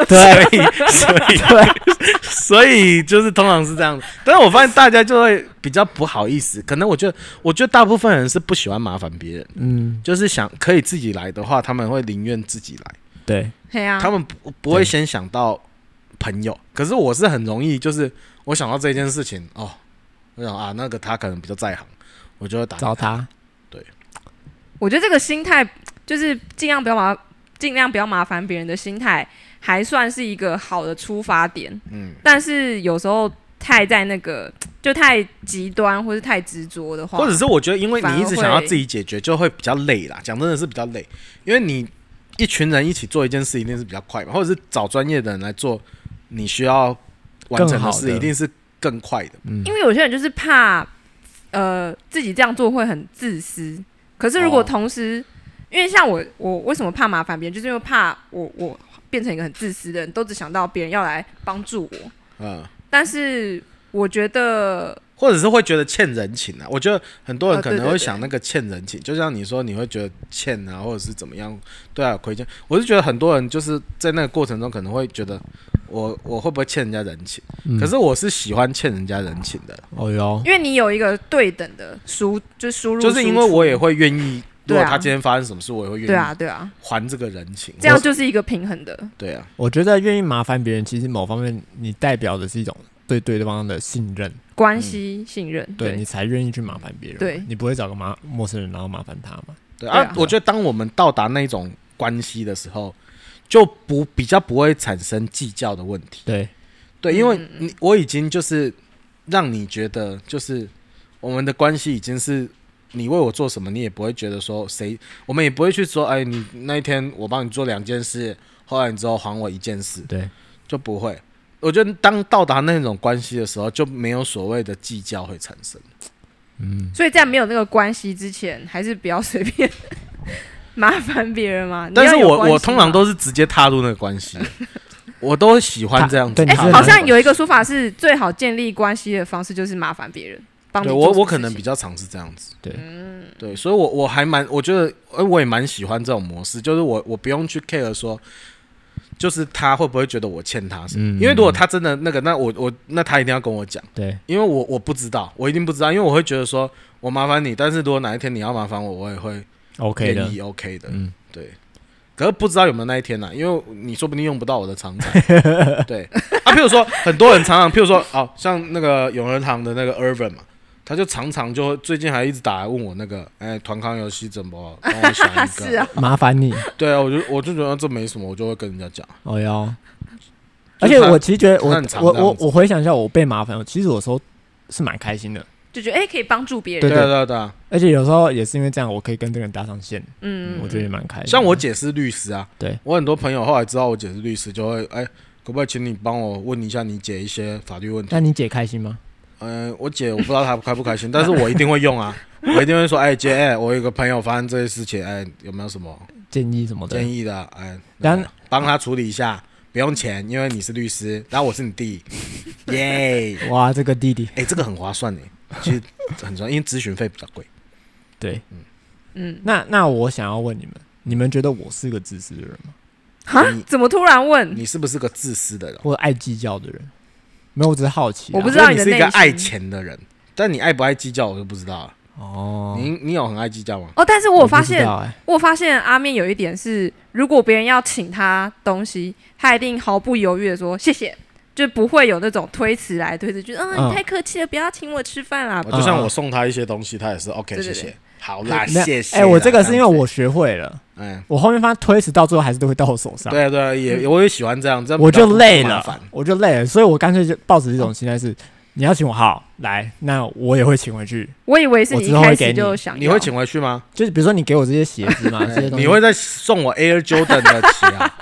[SPEAKER 1] 对，
[SPEAKER 2] 所以所以
[SPEAKER 1] 对
[SPEAKER 2] 所以就是通常是这样的。但是我发现大家就会比较不好意思，可能我觉得，我觉得大部分人是不喜欢麻烦别人，
[SPEAKER 1] 嗯，
[SPEAKER 2] 就是想可以自己来的话，他们会宁愿自己来。
[SPEAKER 1] 对，
[SPEAKER 3] 对呀，
[SPEAKER 2] 他们不不会先想到朋友，可是我是很容易，就是我想到这件事情哦，我想啊，那个他可能比较在行，我就会打
[SPEAKER 1] 找他，
[SPEAKER 3] 我觉得这个心态就是尽量不要麻，尽量不要麻烦别人的心态，还算是一个好的出发点。
[SPEAKER 2] 嗯，
[SPEAKER 3] 但是有时候太在那个就太极端或是太执着的话，
[SPEAKER 2] 或者是我觉得因为
[SPEAKER 3] 反
[SPEAKER 2] 你一
[SPEAKER 3] 而
[SPEAKER 2] 直想要
[SPEAKER 3] 会
[SPEAKER 2] 自己解决，就会比较累啦。讲真的是比较累，因为你一群人一起做一件事，一定是比较快嘛，或者是找专业的人来做，你需要完成
[SPEAKER 1] 更好
[SPEAKER 2] 事，
[SPEAKER 1] 的
[SPEAKER 2] 一定是更快的。
[SPEAKER 1] 嗯
[SPEAKER 3] 因，为有些人就是怕，呃，自己这样做会很自私。可是如果
[SPEAKER 2] 哦
[SPEAKER 3] 同时，因为像我，我为什么怕麻烦别人，就是因为怕我我变成一个很自私的人，都只想到别人要来帮助我。
[SPEAKER 2] 嗯，
[SPEAKER 3] 但是我觉得，
[SPEAKER 2] 或者是会觉得欠人情啊。我觉得很多人
[SPEAKER 3] 哦
[SPEAKER 2] 可
[SPEAKER 3] 对
[SPEAKER 2] 能
[SPEAKER 3] 对
[SPEAKER 2] 会
[SPEAKER 3] 对
[SPEAKER 2] 想那个欠人情，就像你说你会觉得欠啊，或者是怎么样，对啊，有亏欠。我是觉得很多人就是在那个过程中可能会觉得我我会不会欠人家人情？
[SPEAKER 1] 嗯
[SPEAKER 2] 可是我是喜欢欠人家人情的，
[SPEAKER 1] 哦哟，
[SPEAKER 3] 因为你有一个对等的输，就是输入，
[SPEAKER 2] 就是因为我也，会愿意。如
[SPEAKER 3] 对啊
[SPEAKER 2] 果他今天发生什么事，我也会愿
[SPEAKER 3] 对啊
[SPEAKER 2] 意
[SPEAKER 3] 对啊，
[SPEAKER 2] 还这个人情。
[SPEAKER 3] 这样就是一个平衡的，
[SPEAKER 2] 对啊，
[SPEAKER 1] 我觉得愿意麻烦别人，其实某方面你代表的是一种对对方的信任，
[SPEAKER 3] 关系信
[SPEAKER 2] 嗯
[SPEAKER 3] 任，
[SPEAKER 1] 对你
[SPEAKER 3] 对
[SPEAKER 1] 才愿意去麻烦别人嘛，
[SPEAKER 3] 对
[SPEAKER 1] 你不会找个麻陌生人然后麻烦他嘛，
[SPEAKER 2] 对
[SPEAKER 3] 对
[SPEAKER 2] 啊
[SPEAKER 3] 啊。
[SPEAKER 2] 我觉得当我们到达那种关系的时候，就不比较不会产生计较的问题。
[SPEAKER 1] 对，
[SPEAKER 2] 对，因为
[SPEAKER 3] 嗯
[SPEAKER 2] 你我已经就是让你觉得，就是我们的关系已经是你为我做什么，你也不会觉得说谁，我们也不会去说，哎，你那一天我帮你做两件事，后来你之后还我一件事，
[SPEAKER 1] 对，
[SPEAKER 2] 就不会。我觉得当到达那种关系的时候，就没有所谓的计较会产生。
[SPEAKER 1] 嗯，
[SPEAKER 3] 所以在没有那个关系之前，还是不要随便 麻烦别人嘛。你
[SPEAKER 2] 但是
[SPEAKER 3] 要有
[SPEAKER 2] 我
[SPEAKER 3] 关系
[SPEAKER 2] 我通常
[SPEAKER 3] 嘛
[SPEAKER 2] 都是直接踏入那个关系，我都喜欢这样子
[SPEAKER 1] 对你
[SPEAKER 3] 哎、
[SPEAKER 2] 踏入那个关
[SPEAKER 3] 好
[SPEAKER 2] 系。
[SPEAKER 3] 像有一个说法是，最好建立关系的方式就是麻烦别人，帮你
[SPEAKER 2] 对
[SPEAKER 3] 做
[SPEAKER 2] 我
[SPEAKER 3] 什么
[SPEAKER 2] 我可能
[SPEAKER 3] 事
[SPEAKER 2] 比
[SPEAKER 3] 情
[SPEAKER 2] 较常是这样子。
[SPEAKER 1] 对
[SPEAKER 2] 对，所以我我还蛮，我觉得，哎，我也蛮喜欢这种模式，就是我我不用去 care 说，就是他会不会觉得我欠他什么？
[SPEAKER 1] 嗯
[SPEAKER 2] 因为如果他真的那个，那我我那他一定要跟我讲，
[SPEAKER 1] 对，
[SPEAKER 2] 因为我我不知道，我一定不知道，因为我会觉得说我麻烦你，但是如果哪一天你要麻烦我，我也会
[SPEAKER 1] OK 的
[SPEAKER 2] 愿，意 OK 的，
[SPEAKER 1] 嗯，
[SPEAKER 2] 对。可是不知道有没有那一天呢、啊因为你说不定用不到我的长 才，对啊。譬如说，很多人常常，譬如说，哦，像那个永仁堂的那个 Urban 嘛，他就常常就会最近还一直打来问我那个，哎、团康游戏怎么帮我想一个？
[SPEAKER 3] 是啊，
[SPEAKER 1] 麻烦 你，
[SPEAKER 2] 对啊，我就我就觉得这没什么，我就会跟人家讲。
[SPEAKER 1] 哦哟，
[SPEAKER 2] 就
[SPEAKER 1] 而
[SPEAKER 2] 是
[SPEAKER 1] 且
[SPEAKER 2] 他
[SPEAKER 1] 我其实觉得
[SPEAKER 2] 他
[SPEAKER 1] 我
[SPEAKER 2] 很常
[SPEAKER 1] 我
[SPEAKER 2] 这样
[SPEAKER 1] 我
[SPEAKER 2] 子
[SPEAKER 1] 我回想一下，我被麻烦，其实有时候是蛮开心的，
[SPEAKER 3] 就觉得哎、可以帮助别人，
[SPEAKER 1] 对
[SPEAKER 2] 对啊，对啊，对啊。
[SPEAKER 1] 而且有时候也是因为这样，我可以跟这个人搭上线，
[SPEAKER 3] 嗯，
[SPEAKER 1] 我觉得也蛮开心的。
[SPEAKER 2] 像我姐是律师啊，
[SPEAKER 1] 哎对
[SPEAKER 2] 我很多朋友后来知道我姐是律师，就会哎。可不可以请你帮我问一下你姐一些法律问题？
[SPEAKER 1] 那你姐开心吗？
[SPEAKER 2] 嗯、我姐我不知道她开不开心， 但是我一定会用啊， 我一定会说，哎姐，哎，我有个朋友发生这些事情，哎，有没有什么
[SPEAKER 1] 建议什么的
[SPEAKER 2] 建。议的？哎，
[SPEAKER 1] 然
[SPEAKER 2] 那个帮他处理一下，不用钱，因为你是律师，然后我是你弟，耶，
[SPEAKER 1] 哇，这个弟弟，
[SPEAKER 2] 哎，这个很划算呢，其实很重要，因为咨询费比较贵。
[SPEAKER 1] 对，
[SPEAKER 3] 嗯，
[SPEAKER 1] 那那我想要问你们，你们觉得我是个自私的人吗？
[SPEAKER 3] 哈
[SPEAKER 2] 你，
[SPEAKER 3] 怎么突然问？
[SPEAKER 2] 你是不是个自私的人？
[SPEAKER 1] 或者爱计较的人？没有，我只是好奇啊、
[SPEAKER 3] 我不知道
[SPEAKER 2] 你
[SPEAKER 3] 你的
[SPEAKER 2] 是一个
[SPEAKER 3] 内心
[SPEAKER 2] 爱钱的人，但你爱不爱计较，我就不知道了。
[SPEAKER 1] 哦，
[SPEAKER 2] 你你有很爱计较吗？
[SPEAKER 3] 哦，但是
[SPEAKER 1] 我
[SPEAKER 3] 我
[SPEAKER 1] 不
[SPEAKER 3] 发
[SPEAKER 1] 知
[SPEAKER 3] 现
[SPEAKER 1] 道，哎、
[SPEAKER 3] 我发现阿面有一点是，如果别人要请他东西，他一定毫不犹豫的说谢谢，就不会有那种推辞来推辞去，嗯、
[SPEAKER 1] 嗯
[SPEAKER 3] 你太客气了，不要请我吃饭啦
[SPEAKER 2] 我。就像
[SPEAKER 1] 嗯
[SPEAKER 2] 我送他一些东西，他也是 OK，
[SPEAKER 3] 哦对
[SPEAKER 2] 谢
[SPEAKER 3] 对对
[SPEAKER 2] 谢，好啦，
[SPEAKER 1] 没有
[SPEAKER 2] 谢谢啦。
[SPEAKER 1] 哎、我这个是因为
[SPEAKER 2] 样子
[SPEAKER 1] 我学会了，
[SPEAKER 2] 嗯，
[SPEAKER 1] 我后面发现推迟到最后还是都会到我手上，
[SPEAKER 2] 对啊对啊，也我也喜欢这样，这样
[SPEAKER 1] 我
[SPEAKER 2] 比较
[SPEAKER 1] 就
[SPEAKER 2] 不
[SPEAKER 1] 累
[SPEAKER 2] 麻
[SPEAKER 1] 了
[SPEAKER 2] 烦，
[SPEAKER 1] 我就累了，所以我干脆就抱着一种心态是，你要请我好来，那我也会请回去。
[SPEAKER 3] 我以为是
[SPEAKER 1] 我
[SPEAKER 3] 你
[SPEAKER 1] 之
[SPEAKER 3] 一
[SPEAKER 1] 后会
[SPEAKER 3] 开
[SPEAKER 1] 给
[SPEAKER 3] 始
[SPEAKER 1] 你
[SPEAKER 3] 就想
[SPEAKER 2] 你会
[SPEAKER 3] 要
[SPEAKER 2] 请回去吗？
[SPEAKER 1] 就是比如说你给我这些鞋子嘛，这些东西，
[SPEAKER 2] 你会再送我 Air Jordan 的鞋啊？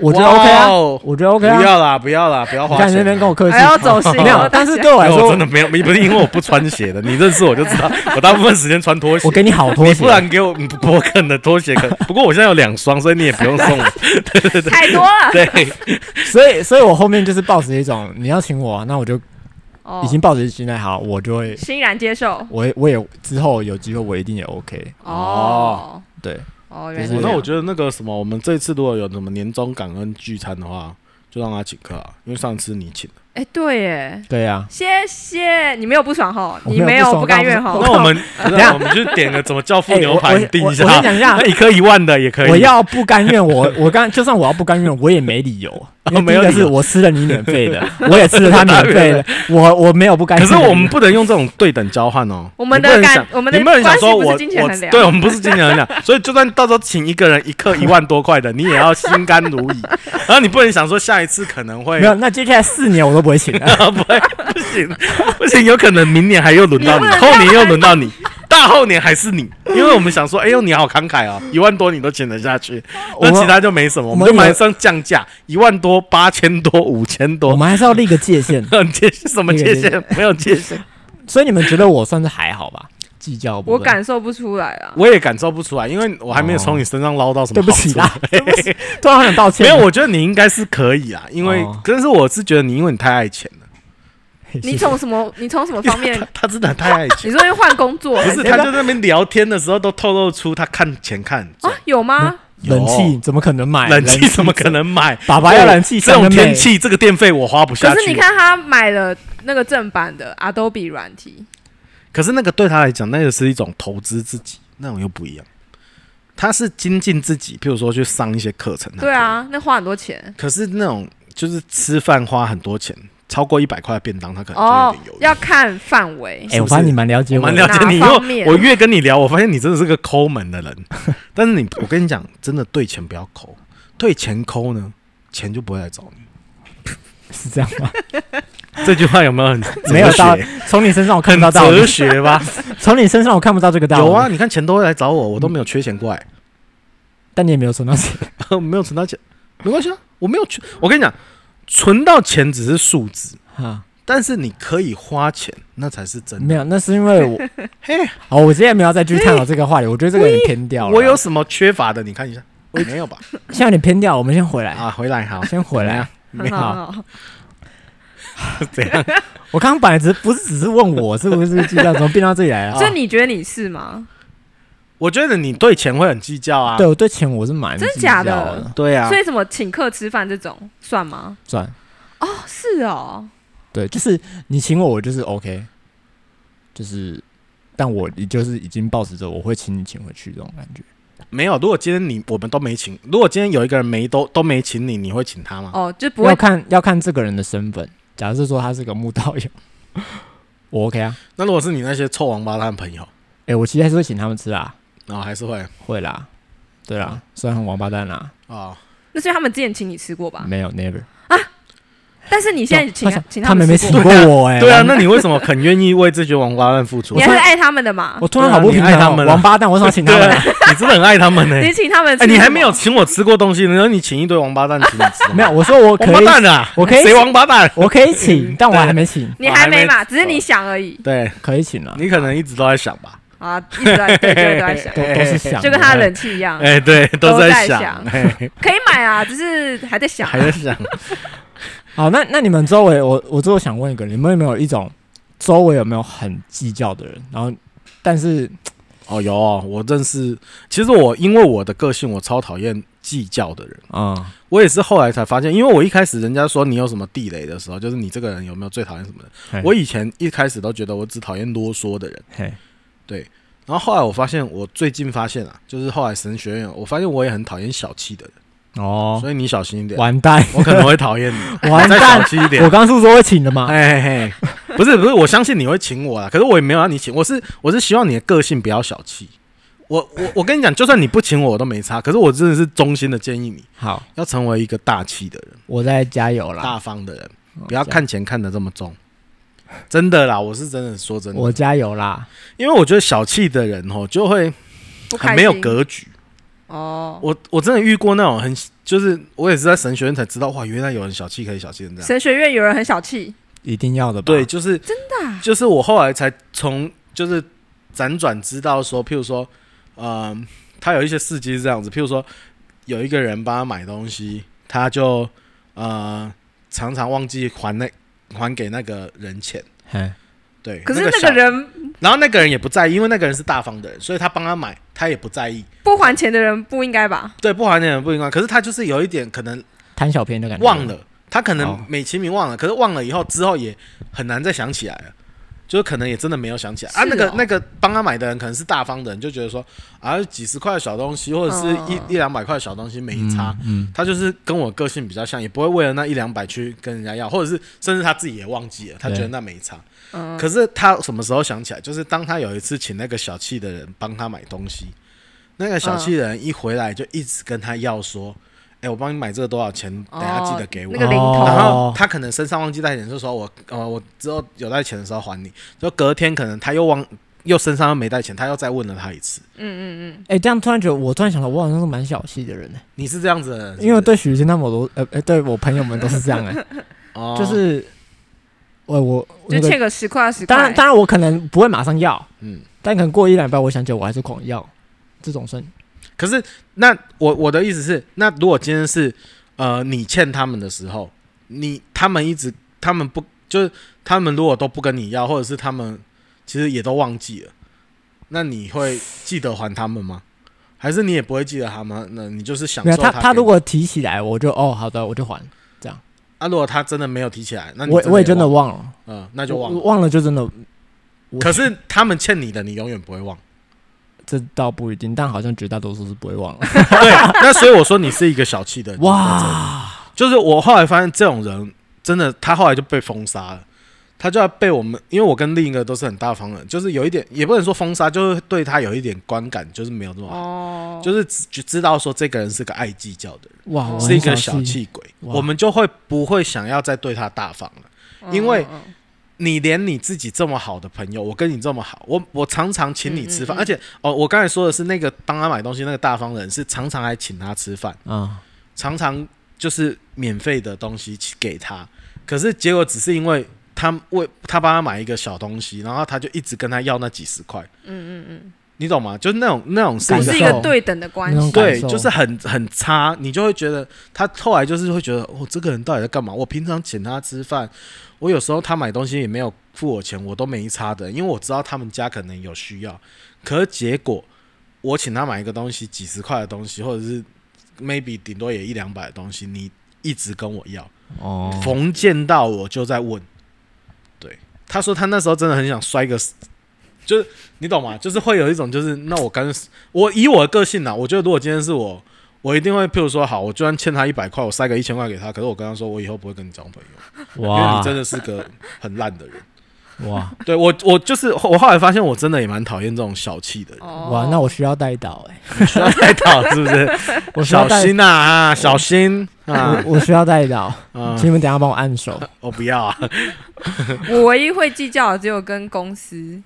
[SPEAKER 1] 我觉得 OK
[SPEAKER 2] 哇
[SPEAKER 1] 啊，
[SPEAKER 2] 哦
[SPEAKER 1] 我觉得
[SPEAKER 2] 不
[SPEAKER 1] OK 啊，
[SPEAKER 2] 要啦，不要啦，不要
[SPEAKER 1] 你
[SPEAKER 2] 花
[SPEAKER 1] 看
[SPEAKER 2] 钱
[SPEAKER 1] 你
[SPEAKER 2] 啊。
[SPEAKER 1] 那边跟我客气
[SPEAKER 3] 还，要哎走 心，哦
[SPEAKER 1] 没有，但是对我来
[SPEAKER 2] 因为我
[SPEAKER 1] 说
[SPEAKER 2] 真，的没有，不是因为我不穿鞋的，你认识我就知道，我大部分时间穿拖鞋
[SPEAKER 1] 我。给你好拖
[SPEAKER 2] 你
[SPEAKER 1] 鞋，
[SPEAKER 2] 不然给我嗯不我可能拖鞋可，不过我现在有两双，所以你也不用送我。
[SPEAKER 3] 太 多了，
[SPEAKER 2] 对，
[SPEAKER 1] 所以所以我后面就是抱着一种你要请我啊，那我就
[SPEAKER 3] 哦
[SPEAKER 1] 已经抱着一种心态好，我就会，
[SPEAKER 3] 欣然接受。
[SPEAKER 1] 我也我也之后有机会我一定也 OK，
[SPEAKER 3] 哦
[SPEAKER 1] 对，
[SPEAKER 3] 哦，
[SPEAKER 1] 就
[SPEAKER 3] 原来
[SPEAKER 1] 是
[SPEAKER 3] 是
[SPEAKER 2] 那
[SPEAKER 3] 这样
[SPEAKER 2] 我觉得那个什么，我们这次如果有什么年终感恩聚餐的话，就让他请客啊，因为上次你请。
[SPEAKER 3] 哎，对耶，
[SPEAKER 1] 对啊，
[SPEAKER 3] 谢谢你没有不爽吼，
[SPEAKER 1] 我
[SPEAKER 3] 你
[SPEAKER 1] 没
[SPEAKER 3] 没
[SPEAKER 1] 有不
[SPEAKER 3] 有
[SPEAKER 1] 爽
[SPEAKER 3] 不甘愿吼
[SPEAKER 1] 那，
[SPEAKER 2] 那我们，
[SPEAKER 1] 等一下
[SPEAKER 2] 那我们就点个怎么教父
[SPEAKER 1] 哎
[SPEAKER 2] 牛
[SPEAKER 1] 我
[SPEAKER 2] 排，
[SPEAKER 1] 我
[SPEAKER 2] 你定
[SPEAKER 1] 我
[SPEAKER 2] 一下
[SPEAKER 1] 我，先讲一 下
[SPEAKER 2] 那一颗一万的也可以。
[SPEAKER 1] 我要不甘愿，我我刚就算我要不甘愿，我也没 理由。因为
[SPEAKER 2] 哦没有
[SPEAKER 1] 第一个
[SPEAKER 2] 理由
[SPEAKER 1] 是我吃了你免费的，我也吃了他免费 的，我我没有不甘
[SPEAKER 2] 可
[SPEAKER 1] 愿。
[SPEAKER 2] 是我们不能用这种对等交换哦。
[SPEAKER 3] 我们的
[SPEAKER 2] 你不能
[SPEAKER 3] 感
[SPEAKER 2] 想
[SPEAKER 3] 我们的
[SPEAKER 2] 你不能想说
[SPEAKER 3] 关系不
[SPEAKER 2] 我
[SPEAKER 3] 是金钱
[SPEAKER 2] 我
[SPEAKER 3] 衡量
[SPEAKER 2] 对我们不是金钱衡量，所以就算到时候请一个人一克一万多块的，你也要心甘如饴。然后你不能想说下一次可能会
[SPEAKER 1] 没有，那接下来四年我都不会请了。
[SPEAKER 2] 啊，不会，不行，不行，有可能明年还又轮到你
[SPEAKER 3] 你，不能
[SPEAKER 2] 后年又轮到你，大后年还是你，因为我们想说，哎呦，你好慷慨啊，一万多你都请得下去，
[SPEAKER 1] 我
[SPEAKER 2] 那
[SPEAKER 1] 们
[SPEAKER 2] 其他就没什么，我
[SPEAKER 1] 我
[SPEAKER 2] 们
[SPEAKER 1] 们
[SPEAKER 2] 就
[SPEAKER 1] 有
[SPEAKER 2] 马上降价，一万多、八千多、五千
[SPEAKER 1] 我
[SPEAKER 2] 多，
[SPEAKER 1] 们还是要立个界限。
[SPEAKER 2] 界什么界限？没有界限，
[SPEAKER 1] 所以你们觉得我算是还好吧？计较不？
[SPEAKER 3] 我感受不出来啊。
[SPEAKER 2] 我也感受不出来，因为我还没有从你身上捞到什么
[SPEAKER 1] 哦对
[SPEAKER 2] 好
[SPEAKER 1] 不
[SPEAKER 2] 处。
[SPEAKER 1] 起 啦， 对不起，突然好想道歉。啊
[SPEAKER 2] 没有，我觉得你应该是可以啦，因为，
[SPEAKER 1] 哦
[SPEAKER 2] 但是我是觉得你，因为你太爱钱了，
[SPEAKER 3] 你从什么？你从什么方面？
[SPEAKER 2] 他他真的太爱钱，
[SPEAKER 3] 你说因为换工作啊
[SPEAKER 2] 不是
[SPEAKER 1] 不要
[SPEAKER 2] 他就在那边聊天的时候都透露出他看钱看很重
[SPEAKER 3] 啊？有吗？
[SPEAKER 1] 冷气怎么可能买？
[SPEAKER 2] 冷气怎么可？能买？
[SPEAKER 1] 爸爸要冷气，
[SPEAKER 2] 这种
[SPEAKER 1] 想得美
[SPEAKER 2] 天，气，这个电费我花不下
[SPEAKER 3] 可
[SPEAKER 2] 去。
[SPEAKER 3] 是你，看他买了那个正版的 Adobe 软体，
[SPEAKER 2] 可是那个对他来讲，那个是一种投资自己，那种又不一样。他是精进自己，譬如说去上一些课程。
[SPEAKER 3] 对。啊，那花很多钱
[SPEAKER 2] 可是那种就是吃饭花很多钱，超过一百块的便当，他可能就有
[SPEAKER 3] 哦
[SPEAKER 2] 点犹，豫。
[SPEAKER 3] 要看范围。
[SPEAKER 1] 哎，我发现你蛮了解
[SPEAKER 2] 我
[SPEAKER 1] 我
[SPEAKER 2] 蛮
[SPEAKER 1] 的，
[SPEAKER 2] 了解你，因
[SPEAKER 3] 哪方
[SPEAKER 2] 为
[SPEAKER 3] 面
[SPEAKER 2] 我越跟你聊，我发现你真的是个抠门的人。但是你，我跟你讲，真的对钱不要抠，对钱抠呢，钱就不会来找你。
[SPEAKER 1] 是这样 吗？
[SPEAKER 2] 这句话有没有很
[SPEAKER 1] 没有
[SPEAKER 2] 哲
[SPEAKER 1] 到
[SPEAKER 2] 学
[SPEAKER 1] 从你身上我看
[SPEAKER 2] 很
[SPEAKER 1] 不到道理
[SPEAKER 2] 哲，学吧？
[SPEAKER 1] 从你身上我看不到这个道理。
[SPEAKER 2] 有啊，，你看钱都会来找我，我都没有缺钱过来，
[SPEAKER 1] 但你也没有存到钱。
[SPEAKER 2] 没有存到钱，没关系啊，我没有缺。我跟你讲，存到钱只是数字，
[SPEAKER 1] 哈。
[SPEAKER 2] 但是你可以花钱，那才是真
[SPEAKER 1] 没
[SPEAKER 2] 的。
[SPEAKER 1] 有，那是因为 我，
[SPEAKER 2] 嘿，
[SPEAKER 1] 好，我今天没有再继续探讨这个话题，我觉得这个有点偏掉了。
[SPEAKER 2] 我有什么缺乏的？你看一下，没有吧？
[SPEAKER 1] 现在有点偏掉，我们先回来，
[SPEAKER 2] 啊，回来好，
[SPEAKER 1] 先回来。
[SPEAKER 3] 很好，很好
[SPEAKER 2] 怎样？
[SPEAKER 1] 我刚刚本来只不是只是问我是不是计较，怎么变到这里来了？
[SPEAKER 3] 所以你觉得你是吗？
[SPEAKER 2] 我觉得你对钱会很计较啊。
[SPEAKER 1] 对我对钱我是蛮
[SPEAKER 3] 真的
[SPEAKER 1] 计较
[SPEAKER 3] 假的
[SPEAKER 1] 的，
[SPEAKER 2] 对啊
[SPEAKER 3] 所，以什么请客吃饭这种算吗？
[SPEAKER 1] 算
[SPEAKER 3] 哦，是哦，
[SPEAKER 1] 对，就是你请我，我就是 OK，就是，但我就是已经保持着我会请你请回去这种感觉。
[SPEAKER 2] 没有。如果今天你我们都没请，如果今天有一个人没都都没请你，你会请他吗？
[SPEAKER 3] 哦，就不
[SPEAKER 1] 要
[SPEAKER 3] 会
[SPEAKER 1] 看要看这个人的身份，假设说他是个木道友，我 OK 啊，
[SPEAKER 2] 那如果是你那些臭王八蛋朋友，
[SPEAKER 1] 哎、我其实还是会请他们吃啊，
[SPEAKER 2] 然后还是会啊
[SPEAKER 1] 会啦，对啦，虽然很王八蛋啦，。
[SPEAKER 2] 哦
[SPEAKER 3] 那是因为他们之前请你吃过吧？
[SPEAKER 1] 没有 never。
[SPEAKER 3] 但是你现在请
[SPEAKER 1] 他想
[SPEAKER 3] 请
[SPEAKER 1] 他
[SPEAKER 3] 们
[SPEAKER 1] 没
[SPEAKER 3] 吃
[SPEAKER 1] 请
[SPEAKER 3] 过，
[SPEAKER 1] 过我哎、
[SPEAKER 2] 对啊，那你为什么很愿意为这群王八蛋付出
[SPEAKER 3] 你？还是爱他们的嘛？
[SPEAKER 1] 我突然好不平
[SPEAKER 2] 对啊你爱他
[SPEAKER 1] 衡、
[SPEAKER 2] 们
[SPEAKER 1] 哦，
[SPEAKER 2] 啊
[SPEAKER 1] 王八蛋，我想请他
[SPEAKER 2] 对
[SPEAKER 1] 们
[SPEAKER 2] 啊。，你真的很爱他们呢。
[SPEAKER 3] 你请他们吃
[SPEAKER 2] 哎，
[SPEAKER 3] 什么，
[SPEAKER 2] 你还没有请我吃过东西呢，然后你请一堆王八蛋请你吃，
[SPEAKER 1] 没有，我说我可
[SPEAKER 2] 王八
[SPEAKER 1] 以，
[SPEAKER 2] 蛋啊？
[SPEAKER 1] 我可以
[SPEAKER 2] 谁王八蛋？
[SPEAKER 1] 我可以请，但我还没请，
[SPEAKER 3] 你还没
[SPEAKER 2] 我
[SPEAKER 3] 嘛？
[SPEAKER 2] 还没
[SPEAKER 3] 只是你想而已
[SPEAKER 2] 对
[SPEAKER 1] 可以请了，
[SPEAKER 2] 你可能一直都在想吧。
[SPEAKER 3] 啊，一直在对对都在想
[SPEAKER 1] 都，都是想的，
[SPEAKER 3] 就跟他的冷气一样，
[SPEAKER 2] 哎，对，都在
[SPEAKER 3] 在
[SPEAKER 2] 想
[SPEAKER 3] 想，
[SPEAKER 2] 哎
[SPEAKER 3] 可以买啊，只是还在想
[SPEAKER 2] 还在想。
[SPEAKER 1] 好，那那你们周围，我我最后想问一个，你们有没有一种周围有没有很计较的人？然后，但是
[SPEAKER 2] 哦，有哦我认识。其实我因为我的个性，我超讨厌计较的人。
[SPEAKER 1] 嗯，
[SPEAKER 2] 我也是后来才发现，因为我一开始人家说你有什么地雷的时候，就是你这个人有没有最讨厌什么人。
[SPEAKER 1] 嘿
[SPEAKER 2] 我以前一开始都觉得我只讨厌啰嗦的人，
[SPEAKER 1] 嘿，
[SPEAKER 2] 然后后来我发现，我最近发现啊，就是后来神学院，我发现我也很讨厌小气的人，
[SPEAKER 1] 哦，
[SPEAKER 2] 所以啊你小心一点，
[SPEAKER 1] 完蛋，
[SPEAKER 2] 我可能会讨厌 你，
[SPEAKER 1] 完
[SPEAKER 2] 再
[SPEAKER 1] 蛋
[SPEAKER 2] 小，气一点
[SPEAKER 1] 我。刚是说会请的嘛，
[SPEAKER 2] 哎嘿嘿，不是不是，我相信你会请我啦，啊可是我也没有让你请，我是我是希望你的个性不要小气。我我我跟你讲，就算你不请我，我都没差。可是我真的是衷心的建议你
[SPEAKER 1] 好，
[SPEAKER 2] 要成为一个大气的人，
[SPEAKER 1] 我再加油啦，
[SPEAKER 2] 大方的人，
[SPEAKER 3] 哦
[SPEAKER 2] 不要看钱看得这么重。真的啦，我是真的说真
[SPEAKER 1] 我
[SPEAKER 2] 的，
[SPEAKER 1] 加油啦，
[SPEAKER 2] 因为我觉得小气的人哦，就会
[SPEAKER 3] 不开
[SPEAKER 2] 很
[SPEAKER 3] 心
[SPEAKER 2] 没有格局。
[SPEAKER 3] 哦。
[SPEAKER 2] 我我真的遇过那种很，就是我也是在神学院才知道，哇，原来有人小气可以小气成这样。
[SPEAKER 3] 神学院有人很小气，
[SPEAKER 1] 一定要的吧？
[SPEAKER 2] 对，，就是
[SPEAKER 3] 哦真的啊
[SPEAKER 2] 就是我后来才从就是辗转知道说，譬如说，嗯、他有一些事迹是这样子，譬如说有一个人帮他买东西，他就呃常常忘记还那还给那个人钱，
[SPEAKER 1] 嘿，
[SPEAKER 2] 对，
[SPEAKER 3] 可是那
[SPEAKER 2] 小
[SPEAKER 3] 个，人
[SPEAKER 2] 然后那个人也不在意，因为那个人是大方的人，所以他帮他买，他也不在意，
[SPEAKER 3] 不还钱的人不应该吧？
[SPEAKER 2] 对，不还那人不应该，可是他就是有一点可能
[SPEAKER 1] 贪小便宜的感觉，
[SPEAKER 2] 忘，了，他可能
[SPEAKER 1] 哦
[SPEAKER 2] 美其名忘了，可是忘了以后之后也很难再想起来了，就是可能也真的没有想起来、啊。
[SPEAKER 3] 是
[SPEAKER 2] 那个
[SPEAKER 3] 哦
[SPEAKER 2] 那个帮他买的人可能是大方的人，就觉得说啊几十块的小东西或者是一、
[SPEAKER 3] 嗯
[SPEAKER 2] 一两百块的小东西没
[SPEAKER 1] 嗯
[SPEAKER 2] 差。
[SPEAKER 1] 嗯，
[SPEAKER 2] 他就是跟我个性比较像，也不会为了那一两百去跟人家要，或者是甚至他自己也忘记了，他觉得
[SPEAKER 1] 对
[SPEAKER 2] 那没差。
[SPEAKER 3] 嗯，
[SPEAKER 2] 可是他什么时候想起来？就是当他有一次请那个小气的人帮他买东西，那个小气的人一回来就一直跟他要说：“哎、我帮你买这个多少钱？等一下记得给我。
[SPEAKER 3] 那个零头
[SPEAKER 2] 然后
[SPEAKER 1] 哦
[SPEAKER 2] 他可能身上忘记带钱，就说我呃我之后有带钱的时候还你。就隔天可能他又忘又身上又没带钱，他又再问了他一次。
[SPEAKER 3] 嗯嗯
[SPEAKER 1] 哎，这样突然觉得，我突然想到，我好像是蛮小气的人呢，
[SPEAKER 2] 你是这样子的人是不是
[SPEAKER 1] 因为对许仙他们我都，呃，呃对我朋友们都是这样哎，
[SPEAKER 2] 哦
[SPEAKER 1] 就是，我我
[SPEAKER 3] 嗯，
[SPEAKER 1] 那
[SPEAKER 3] 就
[SPEAKER 1] 个
[SPEAKER 3] 欠个十块二十块。
[SPEAKER 1] 当然，当然我可能不会马上要，
[SPEAKER 2] 嗯，
[SPEAKER 1] 但可能过一两礼拜，我想起来我还是狂要，这种算
[SPEAKER 2] 可是那我我的意思是，那如果今天是呃你欠他们的时候，你他们一直他们不就是他们如果都不跟你要，或者是他们其实也都忘记了，那你会记得还他们吗？还是你也不会记得他们？那你就是享
[SPEAKER 1] 没
[SPEAKER 2] 受
[SPEAKER 1] 有他
[SPEAKER 2] 他
[SPEAKER 1] 他
[SPEAKER 2] 给
[SPEAKER 1] 如果提起来，我就哦好的，我就还。
[SPEAKER 2] 啊，如果他真的没有提起来，那你
[SPEAKER 1] 我我也真
[SPEAKER 2] 真
[SPEAKER 1] 的
[SPEAKER 2] 的
[SPEAKER 1] 忘了，
[SPEAKER 2] 嗯、呃那就忘
[SPEAKER 1] 我
[SPEAKER 2] 了。
[SPEAKER 1] 忘了就真的。我
[SPEAKER 2] 可是他们欠你的，你永远不会忘。
[SPEAKER 1] 这倒不一定，但好像绝大多数是不会 忘了。
[SPEAKER 2] 对，那所以我说你是一个小气的人。
[SPEAKER 1] 哇，
[SPEAKER 2] 就是我后来发现这种人真的，他后来就被封杀了，他就要被我们，因为我跟另一个都是很大方的人，就是有一点也不能说封杀，就是对他有一点观感，就是没有这么好，
[SPEAKER 3] 哦，
[SPEAKER 2] 就是只只知道说这个人是个爱计较的人，
[SPEAKER 1] 哇，我
[SPEAKER 3] 哦
[SPEAKER 2] 是一
[SPEAKER 1] 很
[SPEAKER 2] 个
[SPEAKER 1] 小
[SPEAKER 2] 小
[SPEAKER 1] 气，
[SPEAKER 2] 气鬼，
[SPEAKER 1] 哇
[SPEAKER 2] 我们就会不会想要再对他大方了。
[SPEAKER 3] 嗯
[SPEAKER 2] 因为
[SPEAKER 3] 嗯嗯
[SPEAKER 2] 你连你自己这么好的朋友，我跟你这么好，我我常常请你吃饭，
[SPEAKER 3] 嗯嗯嗯
[SPEAKER 2] 而且哦，我刚才说的是那个帮他买东西那个大方人，是常常还请他吃饭。
[SPEAKER 1] 嗯，
[SPEAKER 2] 常常就是免费的东西给他，可是结果只是因为他为他帮他买一个小东西，然后他就一直跟他要那几十块，
[SPEAKER 3] 嗯嗯
[SPEAKER 2] 你懂吗？就是那种那种
[SPEAKER 3] 嗯，
[SPEAKER 2] 是
[SPEAKER 3] 不
[SPEAKER 1] 感
[SPEAKER 3] 是一
[SPEAKER 1] 受
[SPEAKER 3] 个对等的关
[SPEAKER 1] 那
[SPEAKER 3] 系
[SPEAKER 1] 种。
[SPEAKER 2] 对，
[SPEAKER 1] 感受
[SPEAKER 2] 就是很很差，你就会觉得他后来就是会觉得，哦，这个人到底在干嘛？我平常请他吃饭，我有时候他买东西也没有付我钱，我都没差的，因为我知道他们家可能有需要。可是结果我请他买一个东西，几十块的东西，或者是 maybe 顶多也一两百的东西，你一直跟我要，
[SPEAKER 1] 哦
[SPEAKER 2] 逢见到我就在问。对，他说他那时候真的很想摔个死，就是你懂吗？就是会有一种就是，那我干脆死我以我的个性啊，我觉得如果今天是我，我一定会，譬如说好，我就算欠他一百块，我塞个一千块给他，可是我跟他说我以后不会跟你交朋友，因为你
[SPEAKER 1] 哇
[SPEAKER 2] 真的是个很烂的人。
[SPEAKER 1] 哇
[SPEAKER 2] 对我，我就是我后来发现我真的也蛮讨厌这种小气的 人，
[SPEAKER 3] 哦，
[SPEAKER 1] 哇，那我需要带导哎，
[SPEAKER 2] 你需要带套是不是？
[SPEAKER 1] 我需要
[SPEAKER 2] 啊小
[SPEAKER 1] 带
[SPEAKER 2] 心啊，啊小心！啊
[SPEAKER 1] 我我需要带到，
[SPEAKER 2] 啊
[SPEAKER 1] 请！你们等一下帮我按 手。
[SPEAKER 2] 我不要啊！
[SPEAKER 3] 我唯一会计较的只有跟公司计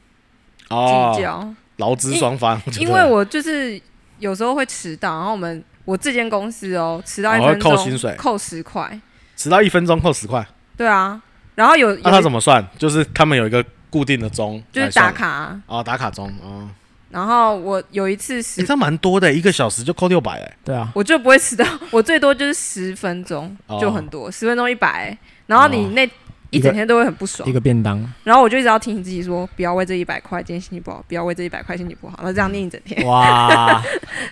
[SPEAKER 2] 哦，
[SPEAKER 3] 较，
[SPEAKER 2] 劳资双方，就
[SPEAKER 3] 因
[SPEAKER 2] 对
[SPEAKER 3] 为
[SPEAKER 2] 了
[SPEAKER 3] 我就是有时候会迟到，然后我们我这间公司哦，迟到一
[SPEAKER 2] 哦会
[SPEAKER 3] 分钟、
[SPEAKER 2] 扣薪水
[SPEAKER 3] 扣十块，
[SPEAKER 2] 迟到一分钟扣十块，
[SPEAKER 3] 对啊，然后有
[SPEAKER 2] 那他
[SPEAKER 3] 有
[SPEAKER 2] 怎么算？就是他们有一个固定的钟
[SPEAKER 3] 就
[SPEAKER 2] 来
[SPEAKER 3] 是
[SPEAKER 2] 算
[SPEAKER 3] 打
[SPEAKER 2] 的，
[SPEAKER 3] 卡啊，
[SPEAKER 2] 哦，打卡钟哦，
[SPEAKER 3] 然后我有一次十
[SPEAKER 2] 你这样蛮多的，一个小时就扣六百哎，
[SPEAKER 1] 对啊，
[SPEAKER 3] 我就不会迟到，我最多就是十分钟
[SPEAKER 2] 哦
[SPEAKER 3] 就很多，十分钟一百，然后你
[SPEAKER 2] 哦
[SPEAKER 3] 那一整天都会很不爽
[SPEAKER 1] 一，个便当，
[SPEAKER 3] 然后我就一直要提醒自己说，不要为这一百块今天心情不好，不要为这一百块心情不好，然后
[SPEAKER 2] 嗯
[SPEAKER 3] 这样念一整天。
[SPEAKER 1] 哇，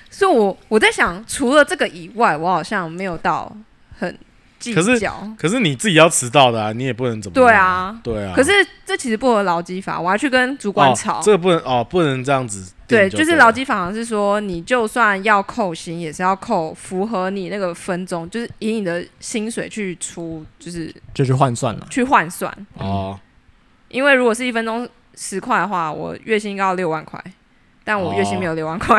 [SPEAKER 3] 所以我我在想，除了这个以外，我好像没有到很计
[SPEAKER 2] 可是
[SPEAKER 3] 较。
[SPEAKER 2] 可是你自己要迟到的啊，你也不能怎么样
[SPEAKER 3] 对，啊，
[SPEAKER 2] 对啊，
[SPEAKER 3] 可是这其实不合劳基法，我还去跟主管吵。
[SPEAKER 2] 哦这个不能哦，不能这样子定
[SPEAKER 3] 对，
[SPEAKER 2] 了。嗯
[SPEAKER 3] 就是劳基法好像是说，你就算要扣薪，也是要扣符合你那个分钟，就是以你的薪水去出，就是
[SPEAKER 1] 就去换算了。
[SPEAKER 3] 去换算。
[SPEAKER 2] 哦，
[SPEAKER 3] 因为如果是一分钟十块的话，我月薪应该要六万块，但我月薪没有六万 块，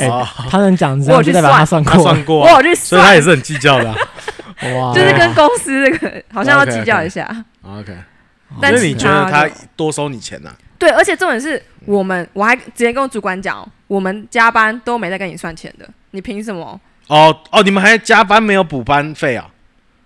[SPEAKER 3] 嗯
[SPEAKER 1] 哎
[SPEAKER 2] 哦
[SPEAKER 1] 他能讲这
[SPEAKER 3] 我有
[SPEAKER 1] 样，
[SPEAKER 3] 去
[SPEAKER 1] 就代表他算
[SPEAKER 2] 他
[SPEAKER 1] 过了
[SPEAKER 2] 算过
[SPEAKER 3] 我
[SPEAKER 2] 啊，
[SPEAKER 3] 有去
[SPEAKER 2] 所以他
[SPEAKER 3] 算
[SPEAKER 2] 也，是很计较的啊。
[SPEAKER 1] 哇，
[SPEAKER 3] 就是跟公司这个好像要
[SPEAKER 2] OK，OK
[SPEAKER 3] 计较一下。
[SPEAKER 2] 哦 OK，
[SPEAKER 3] 但
[SPEAKER 2] 那
[SPEAKER 3] 其
[SPEAKER 2] 你觉
[SPEAKER 3] 他
[SPEAKER 2] 得他
[SPEAKER 3] 就
[SPEAKER 2] 多收你钱啊呐？
[SPEAKER 3] 对，而且重点是我们，我还直接跟我主管讲，我们加班都没在跟你算钱的，你凭什么
[SPEAKER 2] 哦哦，你们还加班没有补班费啊？哦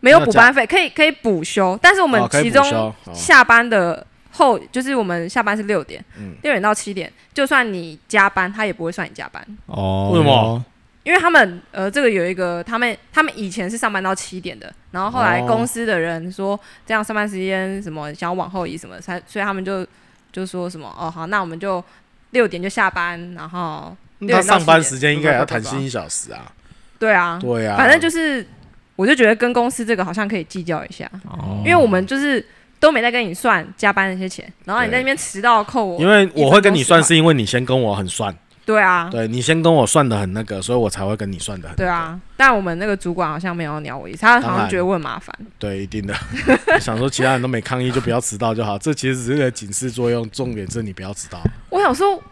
[SPEAKER 3] 没有补班费？可以可以补休，哦但是我
[SPEAKER 2] 我
[SPEAKER 3] 们其中下班的后，就是我们下班是六点
[SPEAKER 2] 嗯，
[SPEAKER 3] 六点到七点，就算你加班，他也不会算你加班。
[SPEAKER 1] 哦，
[SPEAKER 2] 为什么？
[SPEAKER 3] 因为他们呃，这个有一个他们他们以前是上班到七点的，然后后来
[SPEAKER 2] 哦
[SPEAKER 3] 公司的人说这样上班时间什么想要往后移什么，才所以他们就就说什么哦好，那我们就六点就下班，然后
[SPEAKER 2] 他上班时间应该也要
[SPEAKER 3] 不不
[SPEAKER 2] 弹
[SPEAKER 3] 不不
[SPEAKER 2] 性一小时啊。
[SPEAKER 3] 对啊，
[SPEAKER 2] 对啊，
[SPEAKER 3] 反正就是我就觉得跟公司这个好像可以计较一下，
[SPEAKER 1] 哦
[SPEAKER 3] 因为我们就是都没在跟你算加班那些钱，然后你在那边迟到扣我，
[SPEAKER 2] 因为我会跟你算，
[SPEAKER 3] 一分钟十
[SPEAKER 2] 是因为你先跟我很算，
[SPEAKER 3] 块对啊
[SPEAKER 2] 对你先跟我算的很那个，所以我才会跟你算的很。
[SPEAKER 3] 对，啊，但我们那个主管好像没有鸟我意思，他好
[SPEAKER 2] 当
[SPEAKER 3] 像
[SPEAKER 2] 然
[SPEAKER 3] 觉得我很麻烦。
[SPEAKER 2] 对，一定的。 想说其他人都没抗议，就不要迟到就好。这其实只是个警示作用，重点是你不要迟到。
[SPEAKER 3] 我想说，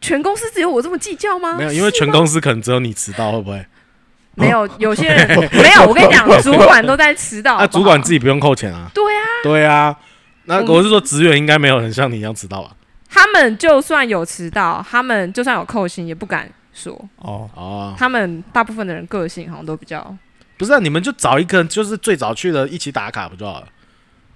[SPEAKER 3] 全公司只有我这么计较吗？
[SPEAKER 2] 没有，因为全公司可能只有你迟到，会不会？
[SPEAKER 3] 没有，有些人没有。我跟你讲，主管都在迟到。
[SPEAKER 2] 啊，主管自
[SPEAKER 3] 己
[SPEAKER 2] 己不用扣钱啊。
[SPEAKER 3] 对啊，嗯
[SPEAKER 2] 对啊，那
[SPEAKER 3] 我们
[SPEAKER 2] 我是说职员应该没有人像你一样迟到吧？
[SPEAKER 3] 他们就算有迟到，他们就算有扣薪，也不敢说。
[SPEAKER 1] 哦，
[SPEAKER 2] 哦，
[SPEAKER 3] 他们大部分的人个性好像都比较
[SPEAKER 2] 不是啊，你们就找一个就是最早去的一起打卡不就好了？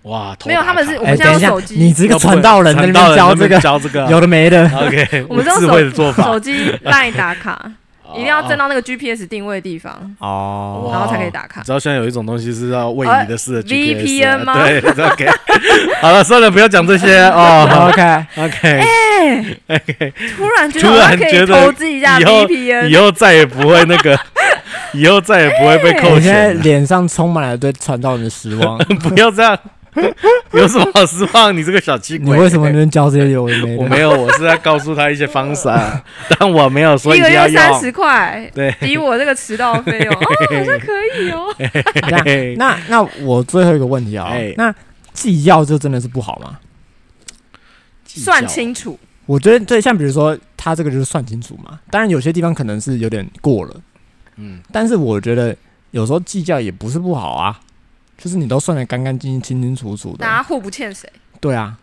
[SPEAKER 2] 哇，偷
[SPEAKER 3] 没有。
[SPEAKER 2] 打
[SPEAKER 3] 他们是
[SPEAKER 2] 卡哦
[SPEAKER 3] 我们现在
[SPEAKER 1] 等一下
[SPEAKER 3] 有手，机，
[SPEAKER 1] 哎你这个传道人在那边教这
[SPEAKER 2] 传道人在那边
[SPEAKER 1] 个，
[SPEAKER 2] 教这个啊
[SPEAKER 1] 有的没的，
[SPEAKER 2] OK，
[SPEAKER 3] 我们
[SPEAKER 2] 智
[SPEAKER 3] 都
[SPEAKER 2] 慧的
[SPEAKER 3] 用
[SPEAKER 2] 做
[SPEAKER 3] 手手
[SPEAKER 2] 法，
[SPEAKER 3] 机赖打卡，一定要
[SPEAKER 2] 哦
[SPEAKER 3] 站到那个 GPS 定位地方，
[SPEAKER 1] 哦，
[SPEAKER 3] 然后才可以打 卡
[SPEAKER 2] 你。知道现在有一种东西是要位
[SPEAKER 3] 哦
[SPEAKER 2] 移的式的 GPS，啊、
[SPEAKER 3] VPN 吗
[SPEAKER 2] 对这，OK。好 了，算了，不要讲这些哦。好
[SPEAKER 1] OK，
[SPEAKER 2] OK，
[SPEAKER 3] 哎，突然觉得
[SPEAKER 2] 突
[SPEAKER 3] 好
[SPEAKER 2] 然
[SPEAKER 3] 像可以
[SPEAKER 2] 觉得
[SPEAKER 3] 投资一下
[SPEAKER 2] 以后以
[SPEAKER 3] VPN，
[SPEAKER 2] 后再也不会那 个，以后再也不会
[SPEAKER 3] 哎
[SPEAKER 2] 被扣
[SPEAKER 1] 我现在
[SPEAKER 2] 钱了。
[SPEAKER 1] 脸上充满了对传道人的失望。
[SPEAKER 2] 不要这样， 有什么好失望？你这个小气
[SPEAKER 1] 你
[SPEAKER 2] 鬼！
[SPEAKER 1] 为什么能教这些有的没
[SPEAKER 2] 我
[SPEAKER 1] 的？
[SPEAKER 2] 没有，我是在告诉他一些方 式啊，但我没有说
[SPEAKER 3] 一
[SPEAKER 2] 定
[SPEAKER 3] 个
[SPEAKER 2] 要
[SPEAKER 3] 月三
[SPEAKER 2] 用。
[SPEAKER 3] 十块，
[SPEAKER 2] 对，
[SPEAKER 3] 抵我这个迟到 费用，哦，好像可以哦。
[SPEAKER 1] 这样那那我最后一个问题啊
[SPEAKER 2] 哎，
[SPEAKER 1] 那计较就真的是不好吗？
[SPEAKER 2] 啊
[SPEAKER 3] 算清楚，
[SPEAKER 1] 我觉得对，像比如说他这个就是算清楚嘛，当然有些地方可能是有点过了，
[SPEAKER 2] 嗯，
[SPEAKER 1] 但是我觉得有时候计较也不是不好啊，就是你都算得干干净净、清清楚楚
[SPEAKER 3] 大家
[SPEAKER 1] 的，
[SPEAKER 3] 互不欠谁。
[SPEAKER 1] 对啊，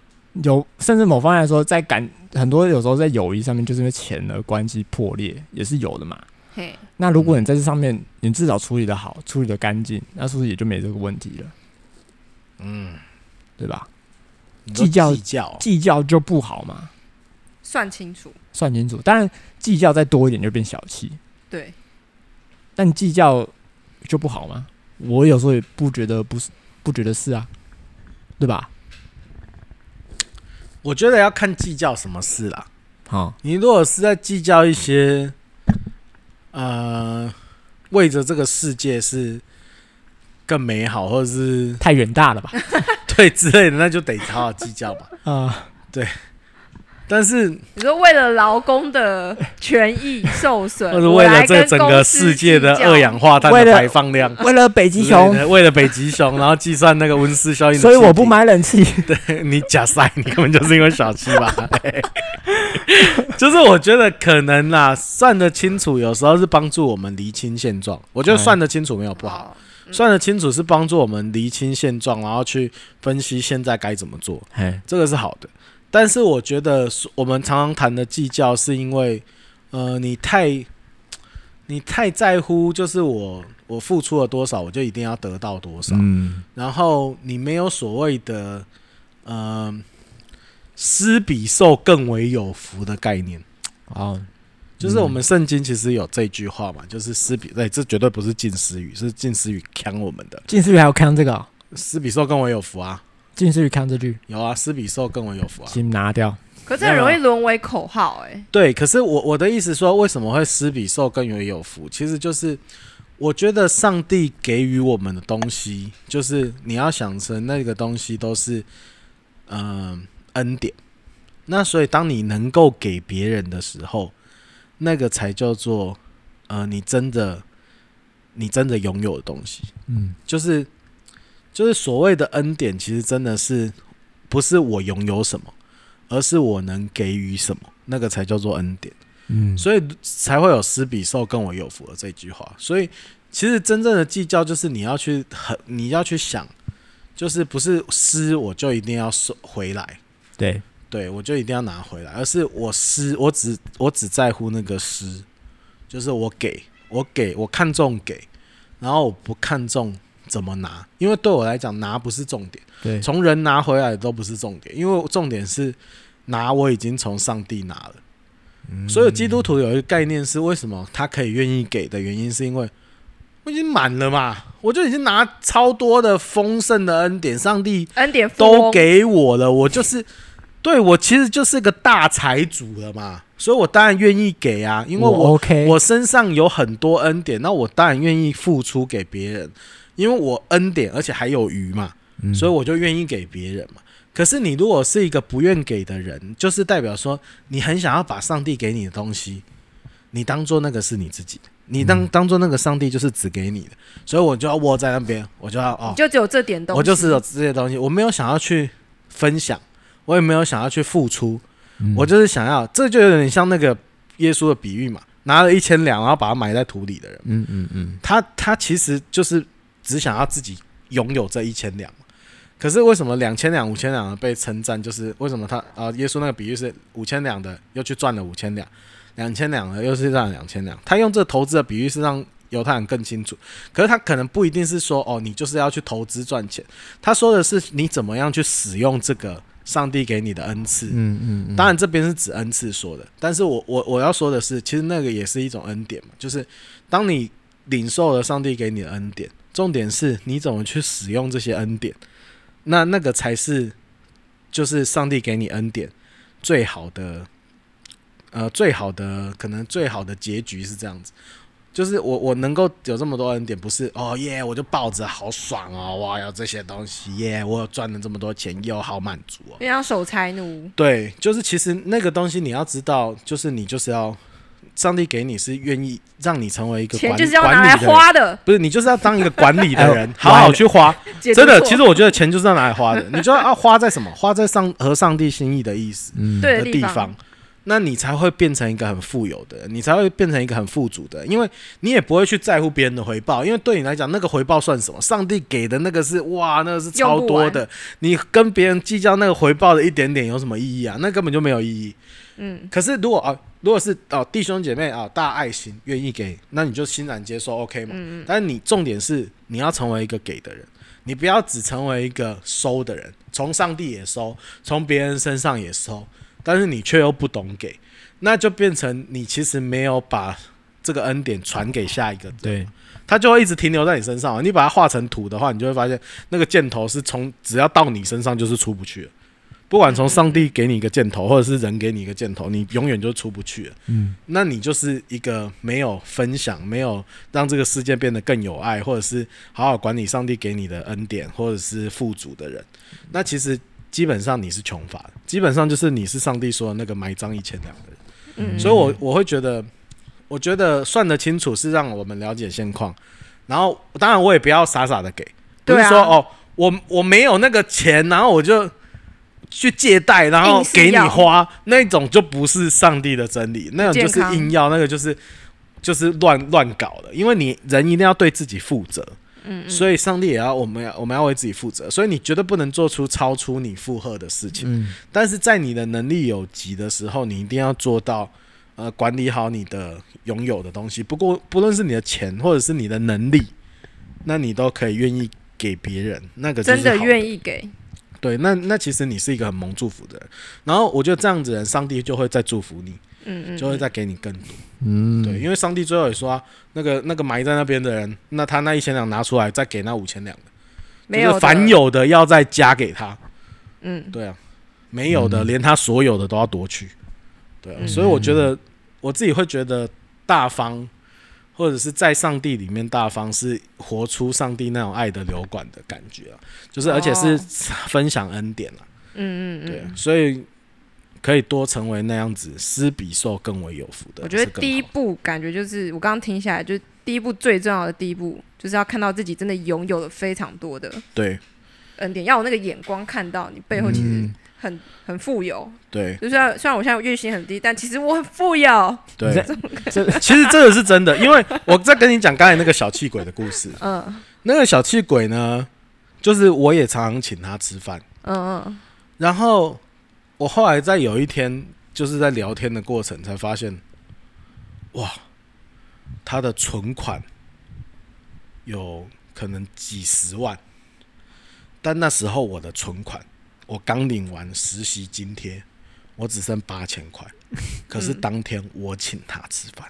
[SPEAKER 1] 有甚至某方面来说，在感很多有时候在友谊上面，就是因为钱的关系破裂也是有的嘛。
[SPEAKER 3] 嘿，
[SPEAKER 1] 那如果你在这上面，你至少处理的好，处理的干净，那是不是也就没这个问题了，
[SPEAKER 2] 嗯，
[SPEAKER 1] 对吧？
[SPEAKER 2] 你说
[SPEAKER 1] 计较
[SPEAKER 2] 计较
[SPEAKER 1] 计较就不好嘛，
[SPEAKER 3] 算清楚，
[SPEAKER 1] 算清楚。当然计较再多一点就变小气，
[SPEAKER 3] 对，
[SPEAKER 1] 但计较就不好吗？我有时候也不觉得不是，不觉得是啊，对吧？
[SPEAKER 2] 我觉得要看计较什么事啦。
[SPEAKER 1] 好，
[SPEAKER 2] 你如果是在计较一些，呃，为着这个世界是更美好，或者是
[SPEAKER 1] 太远大 了吧？
[SPEAKER 2] 对之类的，那就得好好计较吧。
[SPEAKER 1] 啊、
[SPEAKER 2] 但是，
[SPEAKER 3] 你说为了劳工的权益受损，
[SPEAKER 2] 或者
[SPEAKER 3] 我
[SPEAKER 2] 为了
[SPEAKER 3] 来
[SPEAKER 2] 这
[SPEAKER 3] 跟
[SPEAKER 2] 整
[SPEAKER 3] 公
[SPEAKER 2] 个
[SPEAKER 3] 司
[SPEAKER 2] 世界的
[SPEAKER 3] 计较
[SPEAKER 2] 二氧化碳
[SPEAKER 1] 为
[SPEAKER 2] 的
[SPEAKER 1] 了
[SPEAKER 2] 排放量
[SPEAKER 1] 为了北极
[SPEAKER 2] 之类
[SPEAKER 1] 熊，
[SPEAKER 2] 的，为了北极熊，然后计算那个温室效应的 气
[SPEAKER 1] 所
[SPEAKER 2] 体。
[SPEAKER 1] 以我不买冷气。
[SPEAKER 2] 你假塞，你根本就是因为小气吧？ 就是我觉得可能啊
[SPEAKER 1] 哎
[SPEAKER 2] 啦，算得清楚，有时候是帮助我们厘清现状。我觉得算得清楚没有不好，
[SPEAKER 3] 哦
[SPEAKER 2] 算得清楚是帮助我们厘清现状，然后去分析现在该怎么做，
[SPEAKER 1] 嘿，
[SPEAKER 2] 这个是好的。但是我觉得说我们常常谈的计较，是因为呃，你太你太在乎，就是我我付出了多少，我就一定要得到多少。
[SPEAKER 1] 嗯，
[SPEAKER 2] 然后你没有所谓的呃“施比受更为有福”的概念，
[SPEAKER 1] 哦，
[SPEAKER 2] 就是我们圣经其实有这句话嘛，就是“施比”对，这绝对不是近思语，是近思语坑我们的
[SPEAKER 1] 近视鱼还有看这个哦、
[SPEAKER 2] “施比受更为有福”啊，
[SPEAKER 1] 近视鱼看这句，
[SPEAKER 2] 有啊，“施比受更为有福”啊，
[SPEAKER 1] 请拿掉。
[SPEAKER 3] 哦可这很容易沦为口号哎、
[SPEAKER 2] 对。可是我我的意思说，为什么会“施比受更为有福”？其实就是我觉得上帝给予我们的东西，就是你要想成那个东西都是嗯、呃恩典。那所以当你能够给别人的时候，那个才叫做呃你真的你真的拥有的东西。
[SPEAKER 1] 嗯，
[SPEAKER 2] 就是就是所谓的恩典，其实真的是不是我拥有什么，而是我能给予什么，那个才叫做恩典。
[SPEAKER 1] 嗯，
[SPEAKER 2] 所以才会有“施比受更为有福”的这句话。所以其实真正的计较就是你要去很，你要去想，就是不是施我就一定要收回来，
[SPEAKER 1] 对，
[SPEAKER 2] 对我就一定要拿回来，而是我施，我只我只在乎那个施，就是我给我给我看重给，然后我不看重怎么拿，因为对我来讲拿不是重点，
[SPEAKER 1] 对，
[SPEAKER 2] 从人拿回来的都不是重点，因为重点是拿我已经从上帝拿了。所有基督徒有一个概念是，为什么他可以愿意给的原因，是因为我已经满了嘛，我就已经拿超多的丰盛的恩典，上帝
[SPEAKER 3] 恩典富翁
[SPEAKER 2] 都给我了，我就是对我其实就是个大财主了嘛，所以我当然愿意给啊，因为
[SPEAKER 1] 我
[SPEAKER 2] 我
[SPEAKER 1] OK，
[SPEAKER 2] 我身上有很多恩典，那我当然愿意付出给别人，因为我恩典而且还有余嘛，
[SPEAKER 1] 嗯
[SPEAKER 2] 所以我就愿意给别人嘛。可是你如果是一个不愿给的人，就是代表说你很想要把上帝给你的东西，你当做那个是你自己的，你
[SPEAKER 1] 嗯
[SPEAKER 2] 当当做那个上帝就是只给你的，所以我就要窝在那边，我就要哦
[SPEAKER 3] 你，就只有这点东西，
[SPEAKER 2] 我就是有这些东西，我没有想要去分享，我也没有想要去付出，
[SPEAKER 1] 嗯
[SPEAKER 2] 我就是想要，这就有点像那个耶稣的比喻嘛，拿了一千两，然后把它埋在土里的人，
[SPEAKER 1] 嗯嗯嗯，
[SPEAKER 2] 他他其实就是只想要自己拥有这一千两嘛。可是为什么两千两、五千两的被称赞？就是为什么他啊、耶稣那个比喻是五千两的又去赚了五千两，两千两的又是赚了两千两。他用这投资的比喻是让犹太人更清楚。可是他可能不一定是说哦，你就是要去投资赚钱。他说的是你怎么样去使用这个上帝给你的恩赐。
[SPEAKER 1] 嗯嗯嗯，
[SPEAKER 2] 当然这边是指恩赐说的，但是我我我要说的是，其实那个也是一种恩典嘛，就是当你领受了上帝给你的恩典，重点是你怎么去使用这些恩典，那那个才是就是上帝给你恩典最好的，呃，最好的可能最好的结局是这样子。就是我我能够有这么多恩典，不是哦耶我就抱着好爽哦，哇有这些东西耶我有赚了这么多钱又好满足哦，
[SPEAKER 3] 因为像守财奴，
[SPEAKER 2] 对，就是其实那个东西你要知道，就是你就是要，上帝给你是愿意让你成为一个
[SPEAKER 3] 钱
[SPEAKER 2] 管
[SPEAKER 3] 就是要
[SPEAKER 2] 管
[SPEAKER 3] 拿
[SPEAKER 2] 理
[SPEAKER 3] 来
[SPEAKER 2] 的人，
[SPEAKER 3] 花的，
[SPEAKER 2] 不是你就是要当一个管理的
[SPEAKER 1] 哎
[SPEAKER 2] 人
[SPEAKER 1] 呦，
[SPEAKER 2] 好好去 花。
[SPEAKER 3] 解读
[SPEAKER 2] 真的，
[SPEAKER 3] 错
[SPEAKER 2] 其实我觉得钱就是要拿来花的，你就要要花在什么？花在上和上帝心意的意思
[SPEAKER 1] 嗯
[SPEAKER 3] 对
[SPEAKER 2] 的地方。那你才会变成一个很富有的人，你才会变成一个很富足的人，因为你也不会去在乎别人的回报，因为对你来讲，那个回报算什么？上帝给的那个是哇，那个是超多的，你跟别人计较那个回报的一点点有什么意义啊？那根本就没有意义。
[SPEAKER 3] 嗯，
[SPEAKER 2] 可是如果啊、如果是哦、弟兄姐妹啊、大爱心愿意给，那你就欣然接受，OK 嘛。但是你重点是你要成为一个给的人，你不要只成为一个收的人，从上帝也收，从别人身上也收，但是你却又不懂给，那就变成你其实没有把这个恩典传给下一个
[SPEAKER 1] 对，
[SPEAKER 2] 它就会一直停留在你身上。你把它化成土的话，你就会发现那个箭头是从只要到你身上就是出不去了。不管从上帝给你一个箭头，或者是人给你一个箭头，你永远就出不去了。
[SPEAKER 1] 嗯，
[SPEAKER 2] 那你就是一个没有分享、没有让这个世界变得更有爱，或者是好好管理上帝给你的恩典，或者是富足的人。
[SPEAKER 3] 嗯
[SPEAKER 2] 那其实基本上你是穷乏的，基本上就是你是上帝说的那个埋葬一千两的人。
[SPEAKER 3] 嗯
[SPEAKER 2] 所以我我会觉得，我觉得算得清楚是让我们了解现况，然后当然我也不要傻傻的给，不是
[SPEAKER 3] 对啊
[SPEAKER 2] 说、哦，我我没有那个钱，然后我就去借贷，然后
[SPEAKER 3] 硬哎是
[SPEAKER 2] 给你
[SPEAKER 3] 要
[SPEAKER 2] 花，那种就不是上帝的真理，那种就是
[SPEAKER 3] 健康
[SPEAKER 2] 硬要，那个就是就是乱乱搞的，因为你人一定要对自己负责。
[SPEAKER 3] 嗯嗯，
[SPEAKER 2] 所以上帝也要我们要我们要为自己负责，所以你绝对不能做出超出你负荷的事情。
[SPEAKER 1] 嗯，
[SPEAKER 2] 但是在你的能力有及的时候，你一定要做到呃管理好你的拥有的东西。不过不论是你的钱或者是你的能力，那你都可以愿意给别人，那个就是
[SPEAKER 3] 真的
[SPEAKER 2] 好
[SPEAKER 3] 愿意给，
[SPEAKER 2] 对，那那其实你是一个很蒙祝福的人，然后我觉得这样子的人，上帝就会再祝福你，
[SPEAKER 3] 嗯嗯，
[SPEAKER 2] 就会再给你更多。
[SPEAKER 1] 嗯，
[SPEAKER 2] 对，因为上帝最后也说、啊，那个那个埋在那边的人，那他那一千两拿出来，再给那五千两的，
[SPEAKER 3] 没
[SPEAKER 2] 就
[SPEAKER 3] 有
[SPEAKER 2] 是凡
[SPEAKER 3] 的，
[SPEAKER 2] 有的要再加给他。
[SPEAKER 3] 嗯，
[SPEAKER 2] 对啊，没有的，连他所有的都要夺去。对
[SPEAKER 3] 嗯
[SPEAKER 2] 啊，所以我觉得我自己会觉得大方，或者是在上帝里面大方，是活出上帝那种爱的流管的感觉啊，就是而且是
[SPEAKER 3] 哦
[SPEAKER 2] 分享恩典啊。
[SPEAKER 3] 嗯嗯
[SPEAKER 2] 对
[SPEAKER 3] 嗯，，
[SPEAKER 2] 所以可以多成为那样子，施比受更为有福的。
[SPEAKER 3] 我觉得
[SPEAKER 2] 是更
[SPEAKER 3] 第一
[SPEAKER 2] 好
[SPEAKER 3] 步感觉就是我刚刚听下来，就是第一步最重要的第一步，就是要看到自己真的拥有了非常多的
[SPEAKER 2] 对
[SPEAKER 3] 恩典，要有那个眼光看到你背后其实
[SPEAKER 1] 嗯
[SPEAKER 3] 很、很富有，
[SPEAKER 2] 对
[SPEAKER 3] 就虽然虽然我现在月薪很低，但其实我很富有，
[SPEAKER 1] 你
[SPEAKER 2] 对
[SPEAKER 1] 在，这
[SPEAKER 2] 其实这个是真的，因为我在跟你讲刚才那个小气鬼的故事。
[SPEAKER 3] 嗯
[SPEAKER 2] 那个小气鬼呢，就是我也常常请他吃饭，
[SPEAKER 3] 嗯嗯，
[SPEAKER 2] 然后我后来在有一天就是在聊天的过程才发现，哇，他的存款有可能几十万，但那时候我的存款，我刚领完实习津贴，我只剩八千块，可是当天我请他吃饭，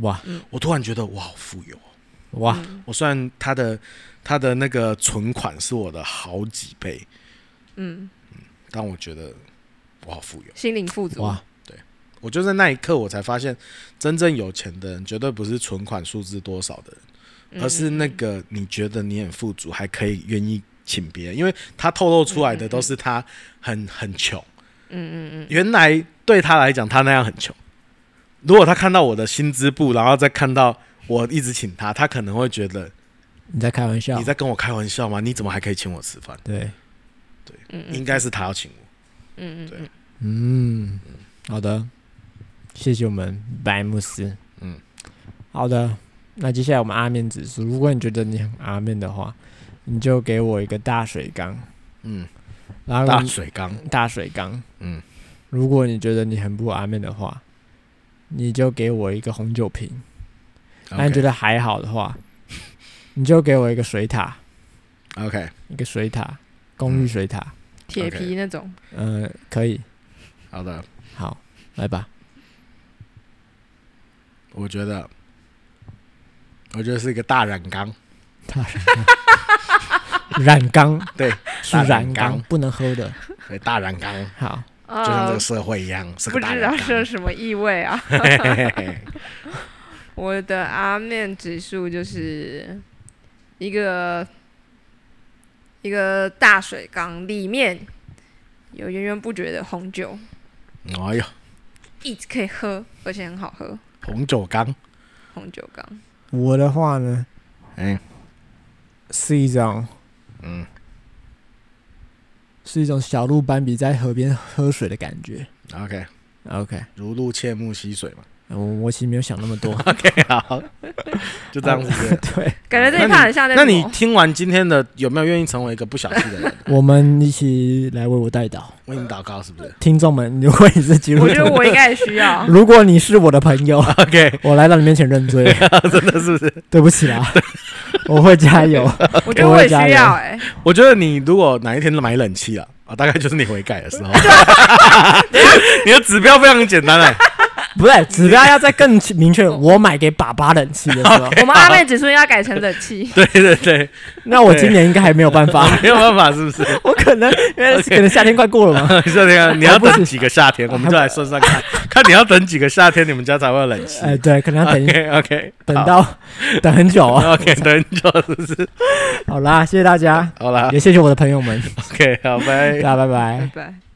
[SPEAKER 1] 哇
[SPEAKER 2] 我突然觉得我好富有哦。
[SPEAKER 1] 哇，
[SPEAKER 2] 我算他的他的那个存款是我的好几倍，嗯，但我觉得我好富有。
[SPEAKER 3] 心灵富足，
[SPEAKER 1] 哇，
[SPEAKER 2] 我就在那一刻，我才发现，真正有钱的人绝对不是存款数字多少的
[SPEAKER 3] 嗯
[SPEAKER 2] 人，而是那个你觉得你很富足，还可以愿意请别人，因为他透露出来的都是他很很穷。嗯嗯嗯，原来对他来讲，他那样很穷。如果他看到我的薪资簿，然后再看到我一直请他，他可能会觉得
[SPEAKER 1] 你在开玩笑
[SPEAKER 2] 你？在跟我开玩笑吗？你怎么还可以请我吃饭？
[SPEAKER 1] 对，
[SPEAKER 2] 应该是他要请我。
[SPEAKER 3] 嗯嗯
[SPEAKER 2] 对
[SPEAKER 3] 嗯，
[SPEAKER 1] 嗯，好的，谢谢我们白慕斯。
[SPEAKER 2] 嗯，
[SPEAKER 1] 好的，那接下来我们阿面指数，如果你觉得你很阿面的话，你就给我一个大水缸，
[SPEAKER 2] 嗯，
[SPEAKER 1] 然后
[SPEAKER 2] 大水缸，
[SPEAKER 1] 大水缸。
[SPEAKER 2] 嗯，
[SPEAKER 1] 如果你觉得你很不阿面的话，你就给我一个红酒瓶。那你觉得还好的 话，你就给我一个水塔，
[SPEAKER 2] OK？
[SPEAKER 1] 一个水塔，公寓
[SPEAKER 2] 嗯
[SPEAKER 1] 水塔。
[SPEAKER 3] 铁皮那种，
[SPEAKER 1] 嗯、可以，
[SPEAKER 2] 好的，
[SPEAKER 1] 好，来吧。
[SPEAKER 2] 我觉得，我觉得是一个大染缸，
[SPEAKER 1] 大染缸， 染缸
[SPEAKER 2] 对，
[SPEAKER 1] 是
[SPEAKER 2] 大
[SPEAKER 1] 染
[SPEAKER 2] 染
[SPEAKER 1] 缸
[SPEAKER 2] 缸，
[SPEAKER 1] 不能喝的。
[SPEAKER 2] 对大染缸，
[SPEAKER 1] 好，
[SPEAKER 2] 就像这
[SPEAKER 3] 啊
[SPEAKER 2] 个，社会一样，是
[SPEAKER 3] 不
[SPEAKER 2] 个大
[SPEAKER 3] 知
[SPEAKER 2] 染
[SPEAKER 3] 道
[SPEAKER 2] 缸。
[SPEAKER 3] 是什么意味啊。
[SPEAKER 2] 嘿嘿嘿
[SPEAKER 3] 我的阿面指数就是一个一个大水缸里面有源源不绝的红酒，
[SPEAKER 2] 哎呦，
[SPEAKER 3] 一直可以喝，而且很好喝。
[SPEAKER 2] 红酒缸，
[SPEAKER 3] 红酒缸，
[SPEAKER 1] 我的话呢
[SPEAKER 2] 哎，
[SPEAKER 1] 是一种，
[SPEAKER 2] 嗯，
[SPEAKER 1] 是一种小鹿斑比在河边喝水的感觉。
[SPEAKER 2] ，OK，
[SPEAKER 1] OK，
[SPEAKER 2] 如露切木溪水 嘛。
[SPEAKER 1] 我我其实没有想那么多，
[SPEAKER 2] OK，好，就这样子。
[SPEAKER 1] 对，
[SPEAKER 3] 感觉这一趴很像在
[SPEAKER 2] 那
[SPEAKER 3] 什
[SPEAKER 2] 你
[SPEAKER 3] 么
[SPEAKER 2] 听完今天的，有没有愿意成为一个不小气的 人？
[SPEAKER 1] 我们一起来为我代祷。
[SPEAKER 2] 为你祷告，是不是
[SPEAKER 1] 听众们，如果你是基督
[SPEAKER 3] 我觉得
[SPEAKER 1] 徒，。
[SPEAKER 3] 我应该也需 要
[SPEAKER 1] 如果你是我的朋 友，
[SPEAKER 2] ？OK，
[SPEAKER 1] 我来到你面前认罪，
[SPEAKER 2] 哦真的是不是？
[SPEAKER 1] 对不起 啦，我会加油。
[SPEAKER 3] 我觉得我也需要哎、
[SPEAKER 2] 我觉得你如果哪一天买冷气了啊，大概就是你悔改的 时候。 你的指标非常简单哎、
[SPEAKER 1] 不对，指标要再更明 确。我买给爸爸冷气的时候，
[SPEAKER 3] 我们阿面指数应该改成冷 气
[SPEAKER 2] ，对对对，
[SPEAKER 1] 那我今年应该还没有办法。
[SPEAKER 2] 没有办法，是不是？
[SPEAKER 1] 我可能因为
[SPEAKER 2] OK
[SPEAKER 1] 可能夏天快过了嘛。
[SPEAKER 2] 夏天你要
[SPEAKER 1] 不是
[SPEAKER 2] 等几个夏天，我们就来算 算看，看你要等几个夏天，你们家才会有冷气。
[SPEAKER 1] 哎，对，可能 要等一
[SPEAKER 2] OK OK，
[SPEAKER 1] 等到等很久啊。
[SPEAKER 2] OK 等很久，是不是？
[SPEAKER 1] 好啦，谢谢大家，
[SPEAKER 2] 好啦
[SPEAKER 1] 也谢谢我的朋友们，
[SPEAKER 2] ，OK，好，拜
[SPEAKER 1] 大。家拜拜
[SPEAKER 3] 拜。拜。